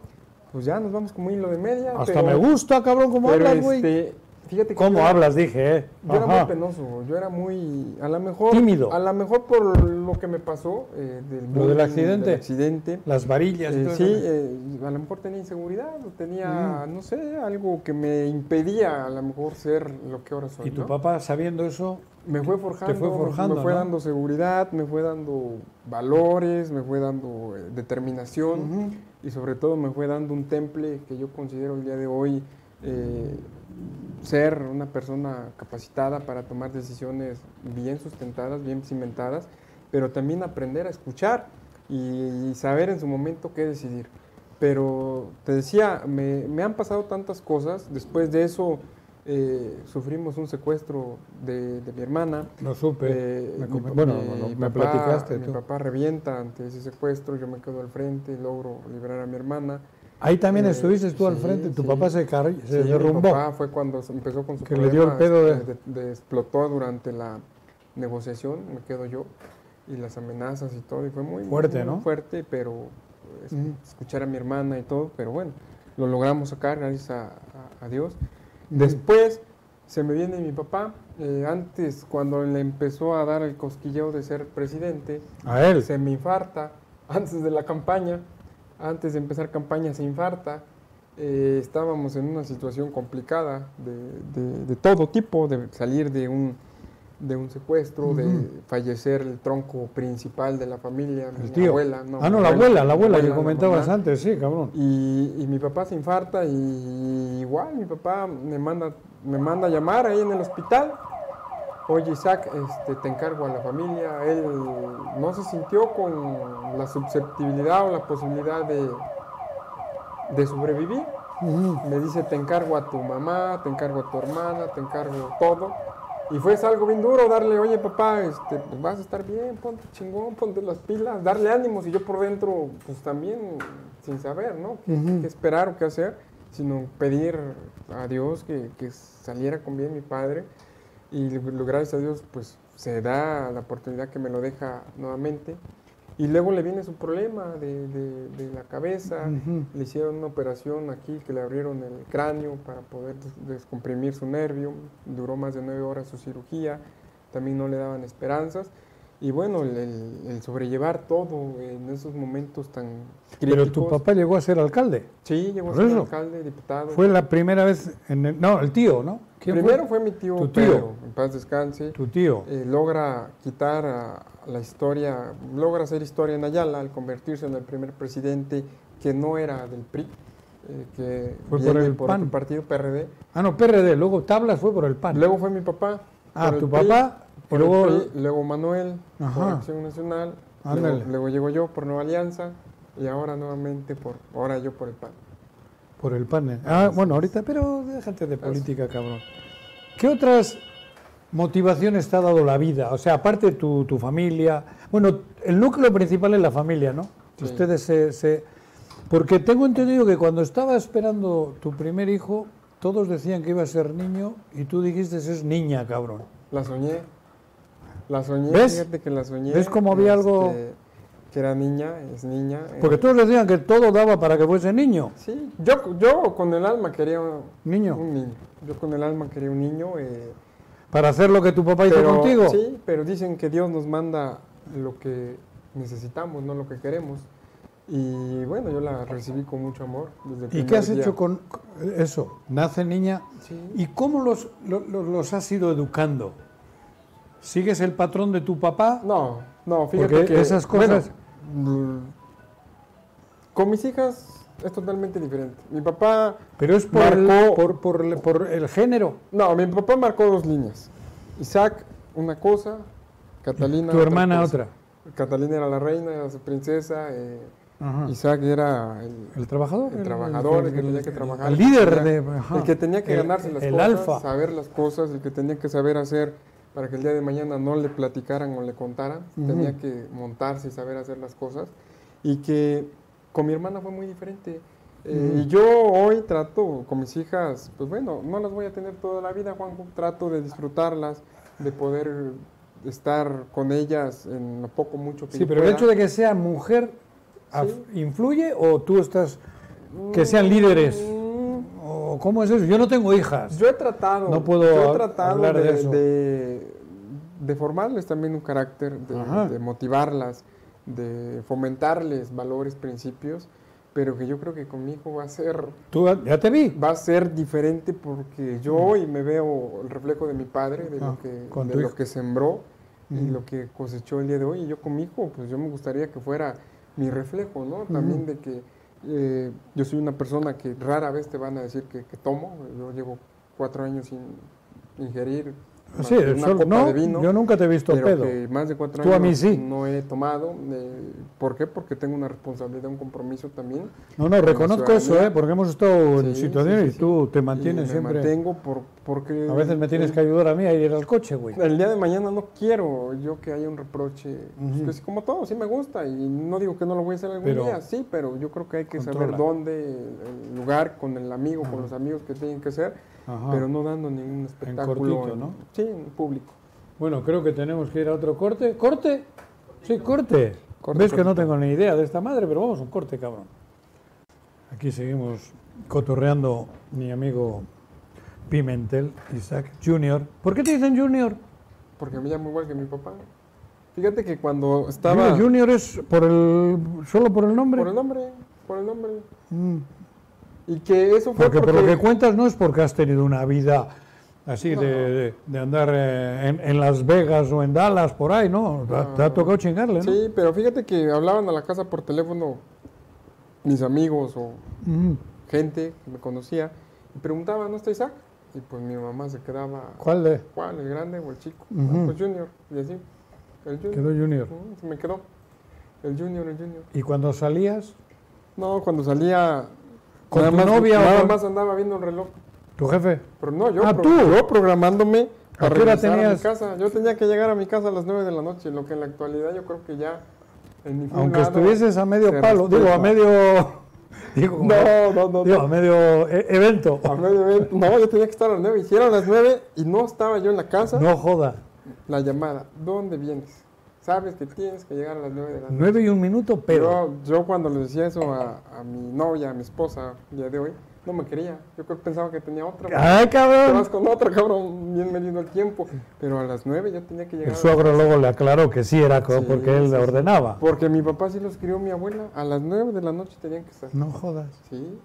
Speaker 2: Pues ya nos vamos como hilo de media.
Speaker 1: hasta
Speaker 2: pero-
Speaker 1: me gusta, cabrón, cómo
Speaker 2: pero
Speaker 1: hablas, güey.
Speaker 2: este, fíjate que
Speaker 1: ¿Cómo
Speaker 2: yo,
Speaker 1: hablas? Dije, eh.
Speaker 2: yo era
Speaker 1: Ajá.
Speaker 2: muy penoso, yo era muy, a lo mejor,
Speaker 1: Tímido.
Speaker 2: a lo mejor por lo que me pasó, eh,
Speaker 1: Lo del
Speaker 2: del, bullying,
Speaker 1: accidente.
Speaker 2: del accidente,
Speaker 1: Las varillas. y
Speaker 2: eh,
Speaker 1: todo
Speaker 2: sí,
Speaker 1: eso.
Speaker 2: eh, a lo mejor tenía inseguridad, o tenía, no sé, algo que me impedía a lo mejor ser lo que ahora soy.
Speaker 1: y tu
Speaker 2: ¿no?
Speaker 1: papá, sabiendo eso,
Speaker 2: me fue forjando,
Speaker 1: Te fue
Speaker 2: me-
Speaker 1: forjando,
Speaker 2: me fue
Speaker 1: ¿no?
Speaker 2: dando seguridad, me fue dando valores, me fue dando eh, determinación y sobre todo me fue dando un temple que yo considero el día de hoy eh, ser una persona capacitada para tomar decisiones bien sustentadas, bien cimentadas, pero también aprender a escuchar y, y saber en su momento qué decidir. Pero te decía, me, me han pasado tantas cosas. Después de eso eh, sufrimos un secuestro de, de mi hermana.
Speaker 1: No supe.
Speaker 2: Eh,
Speaker 1: me
Speaker 2: mi
Speaker 1: com-
Speaker 2: pa-
Speaker 1: bueno,
Speaker 2: mi
Speaker 1: no, no, me
Speaker 2: papá-
Speaker 1: platicaste
Speaker 2: Mi
Speaker 1: tú.
Speaker 2: papá revienta ante ese secuestro, yo me quedo al frente, logro liberar a mi hermana.
Speaker 1: Ahí también
Speaker 2: eh,
Speaker 1: estuviste tú al
Speaker 2: sí,
Speaker 1: frente, tu
Speaker 2: sí.
Speaker 1: papá se, carri- se
Speaker 2: Sí,
Speaker 1: derrumbó.
Speaker 2: Mi papá fue cuando se empezó con su
Speaker 1: Que le dio el pedo de-
Speaker 2: este, de- de- explotó durante la negociación, me quedo yo, y las amenazas y todo, y fue muy muy,
Speaker 1: Fuerte,
Speaker 2: muy
Speaker 1: ¿no?
Speaker 2: fuerte, pero es-
Speaker 1: Mm.
Speaker 2: escuchar a mi hermana y todo, pero bueno, lo logramos sacar gracias a, a- a Dios. Después se me viene mi papá, eh, antes cuando le empezó a dar el cosquilleo de ser presidente,
Speaker 1: A él.
Speaker 2: se me infarta antes de la campaña, antes de empezar campaña se infarta. Eh, estábamos en una situación complicada de, de- de todo tipo, de salir de un, de un secuestro, de
Speaker 1: Ujú.
Speaker 2: fallecer el tronco principal de la familia,
Speaker 1: El
Speaker 2: mi
Speaker 1: tío.
Speaker 2: abuela.
Speaker 1: ah, no, la abuela, la abuela que
Speaker 2: la
Speaker 1: comentabas
Speaker 2: mamá.
Speaker 1: antes, sí, cabrón.
Speaker 2: Y, y mi papá se infarta y igual mi papá me manda, me manda a llamar ahí en el hospital. Oye Isaac, este, te encargo a la familia. Él no se sintió con la susceptibilidad o la posibilidad de, de sobrevivir.
Speaker 1: Ujú.
Speaker 2: Me dice, te encargo a tu mamá, te encargo a tu hermana, te encargo todo. Y fue algo bien duro darle, oye papá, este, pues vas a estar bien, ponte chingón, ponte las pilas, darle ánimos. Y yo por dentro, pues también sin saber, ¿no? ¿Qué,
Speaker 1: Ujú.
Speaker 2: qué esperar o qué hacer? Sino pedir a Dios que, que saliera con bien mi padre. Y lo- lo- gracias a Dios, pues se da la oportunidad que me lo deja nuevamente. Y luego le viene su problema de, de- de la cabeza.
Speaker 1: Ujú.
Speaker 2: Le hicieron una operación aquí que le abrieron el cráneo para poder des- descomprimir su nervio. Duró más de nueve horas su cirugía. También no le daban esperanzas. Y bueno, el, el- el sobrellevar todo en esos momentos tan críticos.
Speaker 1: Pero tu papá llegó a ser alcalde.
Speaker 2: Sí, llegó a
Speaker 1: por
Speaker 2: ser
Speaker 1: eso.
Speaker 2: alcalde, diputado.
Speaker 1: Fue la primera vez, en el- no, el tío, ¿no? ¿Quién fue?
Speaker 2: Primero fue mi tío,
Speaker 1: Tu tío.
Speaker 2: Pedro, en paz descanse.
Speaker 1: Tu tío.
Speaker 2: eh, logra quitar a la historia, logra hacer historia en Ayala al convertirse en el primer presidente que no era del PRI, eh, que
Speaker 1: Fue por
Speaker 2: viene
Speaker 1: el
Speaker 2: por
Speaker 1: PAN.
Speaker 2: otro partido PRD.
Speaker 1: Ah, no, PRD, luego Tablas fue por el PAN.
Speaker 2: Luego fue mi papá.
Speaker 1: ah,
Speaker 2: por el
Speaker 1: tu
Speaker 2: PRI,
Speaker 1: papá, y
Speaker 2: por el
Speaker 1: luego...
Speaker 2: PRI, luego Manuel, por
Speaker 1: Ajá.
Speaker 2: Acción Nacional.
Speaker 1: Ándale.
Speaker 2: Luego, luego llego yo por Nueva Alianza y ahora nuevamente por, ahora yo por el PAN.
Speaker 1: Por el pan. Ah, bueno, ahorita, pero déjate de política, cabrón. ¿Qué otras motivaciones te ha dado la vida? O sea, aparte tu, tu familia. Bueno, el núcleo principal es la familia, ¿no?
Speaker 2: Sí.
Speaker 1: Ustedes se, se- Porque tengo entendido que cuando estaba esperando tu primer hijo, todos decían que iba a ser niño y tú dijiste es niña, cabrón.
Speaker 2: La soñé. La soñé,
Speaker 1: ¿Ves?
Speaker 2: fíjate que la soñé. este,
Speaker 1: ¿Ves cómo había algo?
Speaker 2: Que era niña, es niña.
Speaker 1: Porque
Speaker 2: eh,
Speaker 1: todos decían que todo daba para que fuese niño.
Speaker 2: Sí, yo, yo con el alma quería un
Speaker 1: Niño.
Speaker 2: un niño. Yo con el alma quería un niño. eh,
Speaker 1: Para hacer lo que tu papá hizo
Speaker 2: pero,
Speaker 1: contigo.
Speaker 2: Sí, pero dicen que Dios nos manda lo que necesitamos, no lo que queremos. Y bueno, yo la recibí con mucho amor. Desde
Speaker 1: ¿Y
Speaker 2: el
Speaker 1: qué
Speaker 2: primer
Speaker 1: has
Speaker 2: día.
Speaker 1: hecho con con eso? Nace niña,
Speaker 2: Sí.
Speaker 1: ¿Y cómo los, lo- lo- los, has ido educando? ¿Sigues el patrón de tu papá?
Speaker 2: No, no, fíjate
Speaker 1: Porque
Speaker 2: que
Speaker 1: esas
Speaker 2: bueno,
Speaker 1: cosas-
Speaker 2: mm, con mis hijas es totalmente diferente. Mi papá
Speaker 1: Pero es por, el,
Speaker 2: Marcó-
Speaker 1: por, por el- por el género.
Speaker 2: No, mi papá marcó dos líneas. Isaac, una cosa, Catalina.
Speaker 1: tu hermana,
Speaker 2: cosa.
Speaker 1: otra. Ah.
Speaker 2: Catalina era la reina, era su princesa. eh,
Speaker 1: Ajá.
Speaker 2: Isaac era el,
Speaker 1: ¿El trabajador?
Speaker 2: el trabajador, el que tenía que trabajar.
Speaker 1: El
Speaker 2: el que
Speaker 1: líder
Speaker 2: tenía-
Speaker 1: de... ajá.
Speaker 2: el que tenía que
Speaker 1: Ah, El-
Speaker 2: ganarse las
Speaker 1: el
Speaker 2: cosas,
Speaker 1: alfa.
Speaker 2: saber las cosas, el que tenía que saber hacer para que el día de mañana no le platicaran o le contaran.
Speaker 1: Ujú.
Speaker 2: Tenía que montarse y saber hacer las cosas. Y que con mi hermana fue muy diferente. Eh,
Speaker 1: Ujú.
Speaker 2: Y yo hoy trato con mis hijas, pues bueno, no las voy a tener toda la vida, Juanjo. Trato de disfrutarlas, de poder estar con ellas en lo poco, mucho que
Speaker 1: Sí,
Speaker 2: yo
Speaker 1: pero el
Speaker 2: pueda.
Speaker 1: hecho de que sea mujer af-
Speaker 2: Sí.
Speaker 1: influye o tú estás... que sean líderes.
Speaker 2: Mm,
Speaker 1: o ¿Cómo es eso? Yo no tengo hijas.
Speaker 2: Yo he tratado,
Speaker 1: No puedo
Speaker 2: yo he
Speaker 1: ha-
Speaker 2: tratado
Speaker 1: hablar de
Speaker 2: de,
Speaker 1: eso.
Speaker 2: de- de formarles también un carácter,
Speaker 1: Ajá.
Speaker 2: de, de motivarlas, de fomentarles valores, principios, pero que yo creo que con mi hijo va a ser,
Speaker 1: Tú ya te vi.
Speaker 2: va a ser diferente porque yo hoy me veo el reflejo de mi padre, de
Speaker 1: Ah,
Speaker 2: lo que,
Speaker 1: con
Speaker 2: de
Speaker 1: tu
Speaker 2: lo
Speaker 1: hijo.
Speaker 2: que sembró y
Speaker 1: Ujú.
Speaker 2: lo que cosechó el día de hoy. Y yo con mi hijo, pues yo me gustaría que fuera mi reflejo, ¿no? También
Speaker 1: Ujú.
Speaker 2: de que eh, yo soy una persona que rara vez te van a decir que, que tomo. Yo llevo cuatro años sin ingerir más
Speaker 1: Sí,
Speaker 2: que una
Speaker 1: solo-
Speaker 2: copa
Speaker 1: no,
Speaker 2: de vino,
Speaker 1: yo nunca te he visto
Speaker 2: pero
Speaker 1: pedo.
Speaker 2: que más de cuatro
Speaker 1: Tú a
Speaker 2: años
Speaker 1: mí sí.
Speaker 2: no he tomado. eh, ¿Por qué? Porque tengo una responsabilidad, un compromiso también.
Speaker 1: No, no, reconozco eso,
Speaker 2: ciudadanía.
Speaker 1: ¿eh? Porque hemos estado en
Speaker 2: Sí,
Speaker 1: situaciones
Speaker 2: sí, sí,
Speaker 1: y tú te
Speaker 2: y
Speaker 1: mantienes
Speaker 2: me
Speaker 1: siempre.
Speaker 2: mantengo por, porque...
Speaker 1: A veces me tienes que ayudar a mí a ir al coche, güey.
Speaker 2: El día de mañana no quiero yo que haya un reproche. Pues
Speaker 1: Ujú.
Speaker 2: que sí, como todo, sí me gusta. Y no digo que no lo voy a hacer algún
Speaker 1: Pero-
Speaker 2: día, sí, pero yo creo que hay que
Speaker 1: Controla.
Speaker 2: saber dónde, el- el lugar, con el amigo, con los amigos que tienen que ser,
Speaker 1: Ajá.
Speaker 2: pero no dando ningún espectáculo.
Speaker 1: cortito,
Speaker 2: en-
Speaker 1: ¿no?
Speaker 2: Sí, en público.
Speaker 1: Bueno, creo que tenemos que ir a otro corte. ¿Corte? Sí, corte.
Speaker 2: Corte,
Speaker 1: Ves que
Speaker 2: corte.
Speaker 1: no tengo ni idea de esta madre, pero vamos, un corte, cabrón. Aquí seguimos cotorreando mi amigo Pimentel, Isaac Junior. ¿Por qué te dicen Junior?
Speaker 2: Porque me llamo igual que mi papá. Fíjate que cuando estaba...
Speaker 1: Junior es por el, solo por el nombre.
Speaker 2: Por el nombre, por el nombre.
Speaker 1: Mm,
Speaker 2: Y que eso fue
Speaker 1: Porque
Speaker 2: porque...
Speaker 1: por lo que cuentas no es porque has tenido una vida así
Speaker 2: No.
Speaker 1: de, de- de andar eh, en, en Las Vegas o en Dallas, por ahí, ¿no? Te ha- Te ha
Speaker 2: No.
Speaker 1: tocado chingarle, ¿no?
Speaker 2: Sí, pero fíjate que hablaban a la casa por teléfono mis amigos o
Speaker 1: Mm.
Speaker 2: gente que me conocía y preguntaba, ¿no está Isaac? Y pues mi mamá se quedaba,
Speaker 1: ¿Cuál de?
Speaker 2: ¿cuál? ¿El grande o el chico? Ah,
Speaker 1: Ujú.
Speaker 2: pues Junior. Y así, el Junior.
Speaker 1: Quedó Junior.
Speaker 2: Ujú, se me quedó. El Junior, el Junior.
Speaker 1: Y cuando salías,
Speaker 2: No, cuando salía...
Speaker 1: ¿Con
Speaker 2: nada
Speaker 1: tu
Speaker 2: más,
Speaker 1: novia o
Speaker 2: Nada
Speaker 1: con-
Speaker 2: más andaba viendo el reloj.
Speaker 1: tu jefe,
Speaker 2: Pero no, yo,
Speaker 1: Ah,
Speaker 2: pro-
Speaker 1: tú.
Speaker 2: yo programándome
Speaker 1: ¿A
Speaker 2: para
Speaker 1: qué hora
Speaker 2: regresar a mi
Speaker 1: tenías?
Speaker 2: casa. Yo tenía que llegar a mi casa a las 9 de la noche, lo que en la actualidad yo creo que ya en ningún
Speaker 1: aunque
Speaker 2: lado-
Speaker 1: estuvieses a medio
Speaker 2: se
Speaker 1: palo, digo, a
Speaker 2: respeta.
Speaker 1: medio. Digo, como-
Speaker 2: No, no, no.
Speaker 1: digo, a medio e- evento.
Speaker 2: no. A medio evento. No, yo tenía que estar a las 9. Hicieron las 9 y no estaba yo en la casa.
Speaker 1: No joda.
Speaker 2: La llamada, ¿dónde vienes? Sabes que tienes que llegar a las 9 de la noche.
Speaker 1: Nueve y un minuto, pero.
Speaker 2: Yo, yo cuando le decía eso a, a mi novia, a mi esposa, día de hoy, no me quería. Yo creo que pensaba que tenía otra.
Speaker 1: ¡Ay,
Speaker 2: Te vas
Speaker 1: cabrón!
Speaker 2: con otra, cabrón. Bienvenido al tiempo. Pero a las 9 yo tenía que llegar.
Speaker 1: El
Speaker 2: a-
Speaker 1: suegro luego le aclaró que sí era co-
Speaker 2: Sí,
Speaker 1: porque él
Speaker 2: sí,
Speaker 1: le
Speaker 2: sí.
Speaker 1: ordenaba.
Speaker 2: Porque mi papá sí los crió mi abuela. A las 9 de la noche tenían que estar.
Speaker 1: No jodas.
Speaker 2: Sí.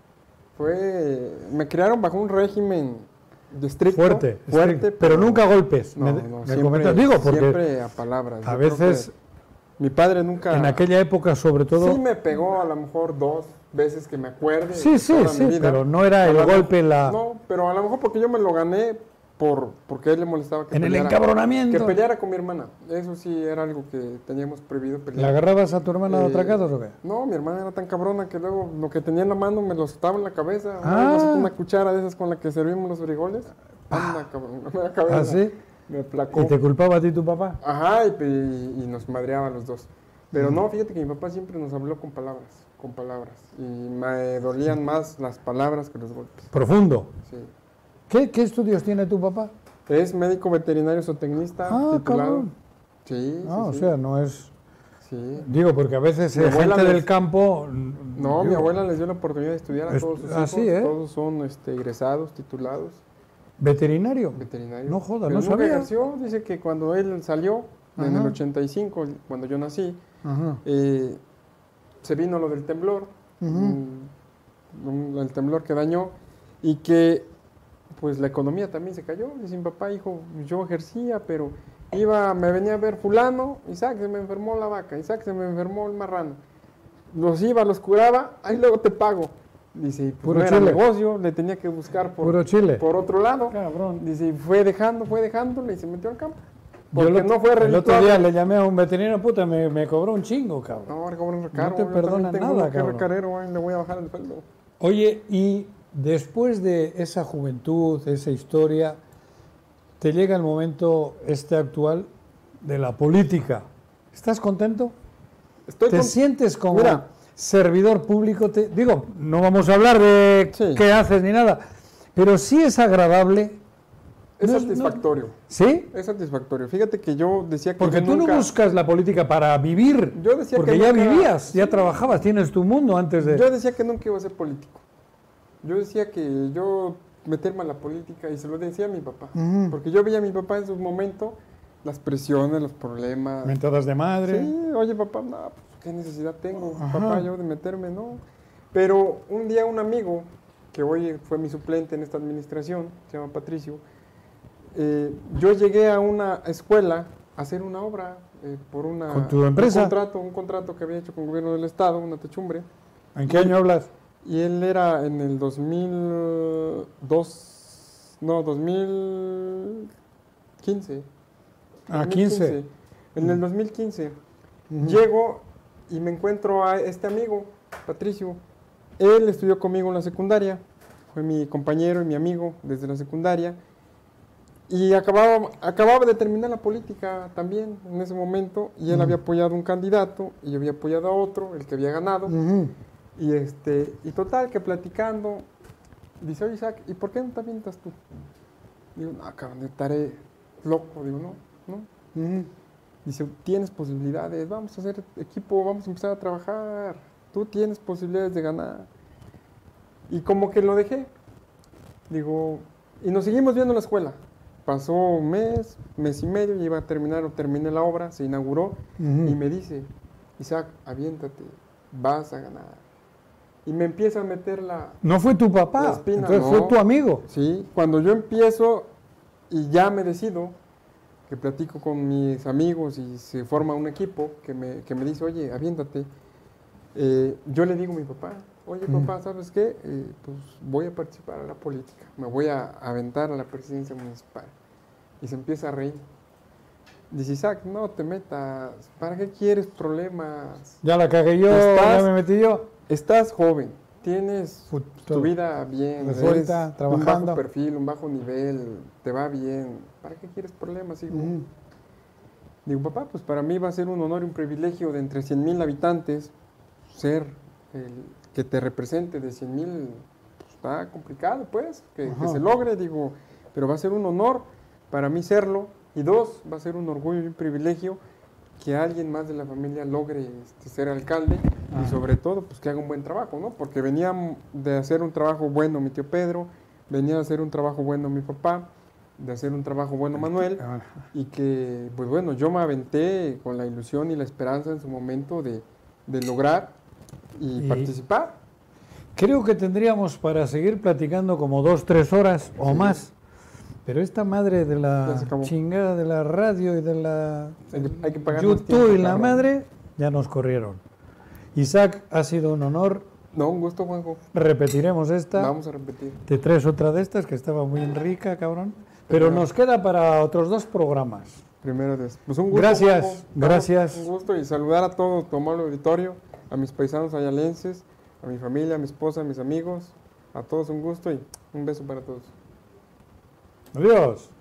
Speaker 2: Fue. Me criaron bajo un régimen de estricto.
Speaker 1: Fuerte,
Speaker 2: fuerte,
Speaker 1: estricto, pero, nunca golpes.
Speaker 2: No,
Speaker 1: me
Speaker 2: no,
Speaker 1: me
Speaker 2: siempre-
Speaker 1: comentas. Digo, porque
Speaker 2: Siempre a palabras.
Speaker 1: a
Speaker 2: Yo creo
Speaker 1: veces-
Speaker 2: que Mi padre nunca.
Speaker 1: en aquella época, sobre todo.
Speaker 2: Sí me pegó a lo mejor dos veces que me acuerde.
Speaker 1: Sí, sí,
Speaker 2: toda mi
Speaker 1: sí,
Speaker 2: vida.
Speaker 1: pero no era
Speaker 2: A
Speaker 1: el
Speaker 2: lo mejor-
Speaker 1: golpe la.
Speaker 2: No, pero a lo mejor porque yo me lo gané por porque a él le molestaba que
Speaker 1: en el
Speaker 2: peleara.
Speaker 1: encabronamiento.
Speaker 2: Que peleara con mi hermana. Eso sí era algo que teníamos prohibido
Speaker 1: ¿Le
Speaker 2: pelear.
Speaker 1: agarrabas a tu hermana de
Speaker 2: Eh,
Speaker 1: atracados o qué?
Speaker 2: No, mi hermana era tan cabrona que luego lo que tenía en la mano me lo soltaba en la cabeza.
Speaker 1: Ah.
Speaker 2: Ay, no sé, una cuchara de esas con la que servimos los frijoles. Anda, cabrón, no me la cabeza.
Speaker 1: ¿Ah, sí?
Speaker 2: Me aplacó.
Speaker 1: ¿Y te culpaba a ti tu papá?
Speaker 2: Ajá, y, pe- y nos madreaba a los dos. Pero no, fíjate que mi papá siempre nos habló con palabras, con palabras. Y me dolían más las palabras que los golpes.
Speaker 1: Profundo.
Speaker 2: Sí.
Speaker 1: ¿Qué, qué estudios tiene tu papá?
Speaker 2: Es médico veterinario zootecnista
Speaker 1: Ah,
Speaker 2: titulado.
Speaker 1: cabrón.
Speaker 2: Sí,
Speaker 1: Ah,
Speaker 2: sí,
Speaker 1: o
Speaker 2: sí.
Speaker 1: sea, no es.
Speaker 2: Sí.
Speaker 1: Digo, porque a veces
Speaker 2: Mi
Speaker 1: eh,
Speaker 2: abuela
Speaker 1: gente
Speaker 2: me-
Speaker 1: del campo.
Speaker 2: No, mi
Speaker 1: digo,
Speaker 2: abuela les dio la oportunidad de estudiar a
Speaker 1: Es-
Speaker 2: todos sus
Speaker 1: ah,
Speaker 2: hijos.
Speaker 1: sí, ¿eh?
Speaker 2: Todos son este, egresados, titulados,
Speaker 1: Veterinario.
Speaker 2: veterinarios.
Speaker 1: No joda,
Speaker 2: Pero
Speaker 1: no
Speaker 2: nunca
Speaker 1: sabía.
Speaker 2: ejerció. Dice que cuando él salió, en el
Speaker 1: Ajá.
Speaker 2: 85, cuando yo nací,
Speaker 1: Ajá.
Speaker 2: Eh, se vino lo del temblor,
Speaker 1: Ujú.
Speaker 2: mm, un- el temblor que dañó y que pues la economía también se cayó. Y sin papá, hijo, yo ejercía, pero iba, me venía a ver fulano, Isaac se me enfermó la vaca, Isaac se me enfermó el marrano. Los iba, los curaba, ahí luego te pago. Dice, y pues
Speaker 1: Puro
Speaker 2: no era
Speaker 1: chile.
Speaker 2: negocio, le tenía que buscar
Speaker 1: Puro
Speaker 2: por,
Speaker 1: Chile.
Speaker 2: por otro lado.
Speaker 1: Cabrón.
Speaker 2: Dice, y fue dejando, fue dejándole y se metió al campo.
Speaker 1: Yo
Speaker 2: Porque
Speaker 1: el otro-
Speaker 2: no fue
Speaker 1: El otro
Speaker 2: redituable.
Speaker 1: día le llamé a un veterinario, puta, me, me cobró un chingo, cabrón.
Speaker 2: No, ahora cabrón, recaro.
Speaker 1: te
Speaker 2: yo
Speaker 1: perdona
Speaker 2: también tengo
Speaker 1: nada,
Speaker 2: uno que
Speaker 1: cabrón.
Speaker 2: recarero, ay, le voy a bajar el sueldo.
Speaker 1: Oye, y después de esa juventud, de esa historia, te llega el momento este actual de la política. ¿Estás contento?
Speaker 2: Estoy
Speaker 1: ¿Te
Speaker 2: con-
Speaker 1: sientes como
Speaker 2: Mira.
Speaker 1: servidor público? Te, digo, no vamos a hablar de
Speaker 2: Sí.
Speaker 1: qué haces ni nada, pero sí es agradable,
Speaker 2: es
Speaker 1: no es-
Speaker 2: satisfactorio.
Speaker 1: ¿sí?
Speaker 2: Es satisfactorio. Fíjate que yo decía que
Speaker 1: Porque
Speaker 2: yo
Speaker 1: tú
Speaker 2: nunca-
Speaker 1: no buscas la política para vivir,
Speaker 2: Yo decía
Speaker 1: porque
Speaker 2: que
Speaker 1: ya
Speaker 2: nunca-
Speaker 1: vivías, ya trabajabas, tienes tu mundo antes de...
Speaker 2: Yo decía que nunca iba a ser político. Yo decía que yo meterme a la política y se lo decía a mi papá.
Speaker 1: Ujú.
Speaker 2: Porque yo veía a mi papá en su momento las presiones, los problemas.
Speaker 1: Mentadas de madre.
Speaker 2: Sí, oye papá, no, pues, qué necesidad tengo,
Speaker 1: Ajá.
Speaker 2: papá, yo de meterme, no. Pero un día un amigo, que hoy fue mi suplente en esta administración, se llama Patricio, eh, yo llegué a una escuela a hacer una obra eh, por una...
Speaker 1: ¿Con tu empresa?
Speaker 2: Un contrato, un contrato que había hecho con el gobierno del estado, una techumbre,
Speaker 1: ¿En qué año hablas?
Speaker 2: y él era en el 2002, no, 2015, 15.
Speaker 1: Ah, Mm.
Speaker 2: 2015.
Speaker 1: 15.
Speaker 2: En el 2015.
Speaker 1: Ujú.
Speaker 2: Llego y me encuentro a este amigo, Patricio. Él estudió conmigo en la secundaria. Fue mi compañero y mi amigo desde la secundaria. Y acababa, acababa de terminar la política también en ese momento. Y él
Speaker 1: Ujú.
Speaker 2: había apoyado a un candidato y yo había apoyado a otro, el que había ganado.
Speaker 1: Ujú.
Speaker 2: Y, este, y total, que platicando, dice, oye Isaac, ¿y por qué no te avientas tú? Digo, no, cabrón, yo estaré loco. Digo, no, no.
Speaker 1: Ujú.
Speaker 2: Dice, tienes posibilidades, vamos a hacer equipo, vamos a empezar a trabajar. Tú tienes posibilidades de ganar. Y como que lo dejé. Digo, y nos seguimos viendo en la escuela. Pasó un mes, mes y medio, y iba a terminar o terminé la obra, se inauguró.
Speaker 1: Ujú.
Speaker 2: Y me dice, Isaac, aviéntate, vas a ganar. Y me empieza a meter la...
Speaker 1: No fue tu
Speaker 2: La
Speaker 1: papá,
Speaker 2: espina,
Speaker 1: entonces
Speaker 2: no.
Speaker 1: fue tu amigo.
Speaker 2: Sí, cuando yo empiezo y ya me decido, que platico con mis amigos y se forma un equipo que me, que me dice, oye, aviéntate. eh, yo le digo a mi papá, oye
Speaker 1: Mm.
Speaker 2: papá, ¿sabes qué? Eh, pues voy a participar a la política, me voy a aventar a la presidencia municipal. Y se empieza a reír. Dice, Isaac, no te metas, ¿para qué quieres problemas?
Speaker 1: Ya la cagué yo,
Speaker 2: Estás-
Speaker 1: ya me metí yo.
Speaker 2: Estás joven, tienes
Speaker 1: Fut-
Speaker 2: Pues, tu vida bien,
Speaker 1: Resuelta,
Speaker 2: eres un
Speaker 1: Pues, trabajando.
Speaker 2: bajo perfil, un bajo nivel, te va bien. ¿Para qué quieres problemas, hijo?
Speaker 1: Ujú.
Speaker 2: Digo, papá, pues para mí va a ser un honor y un privilegio de entre 100 mil habitantes ser el que te represente de 100 mil. está complicado, pues, que, que
Speaker 1: Ajá.
Speaker 2: se logre, digo, pero va a ser un honor para mí serlo. Y dos, va a ser un orgullo y un privilegio que alguien más de la familia logre este, ser alcalde
Speaker 1: Ajá.
Speaker 2: y sobre todo pues que haga un buen trabajo, ¿no? Porque venía de hacer un trabajo bueno mi tío Pedro, venía de hacer un trabajo bueno mi papá, de hacer un trabajo bueno Manuel
Speaker 1: Ah,
Speaker 2: y que, pues bueno, yo me aventé con la ilusión y la esperanza en su momento de, de lograr y,
Speaker 1: Y-
Speaker 2: participar.
Speaker 1: Creo que tendríamos para seguir platicando como dos, tres horas o
Speaker 2: Sí.
Speaker 1: más. Pero esta madre de
Speaker 2: Ya
Speaker 1: la
Speaker 2: se acabó.
Speaker 1: chingada de la radio y de la
Speaker 2: Hay que- hay que pagar más
Speaker 1: YouTube
Speaker 2: tiempo,
Speaker 1: y la
Speaker 2: cabrón.
Speaker 1: madre ya nos corrieron. Isaac, ha sido un honor.
Speaker 2: No, un gusto, Juanjo.
Speaker 1: Repetiremos esta.
Speaker 2: Vamos a repetir.
Speaker 1: Te traes otra de estas que estaba muy rica, cabrón. Pero nos queda para otros dos programas.
Speaker 2: Primero de Pues un gusto.
Speaker 1: Gracias,
Speaker 2: Juanjo.
Speaker 1: gracias.
Speaker 2: Un gusto y saludar a todo tu amable auditorio, a mis paisanos ayalenses, a mi familia, a mi esposa, a mis amigos. A todos un gusto y un beso para todos.
Speaker 1: Adiós.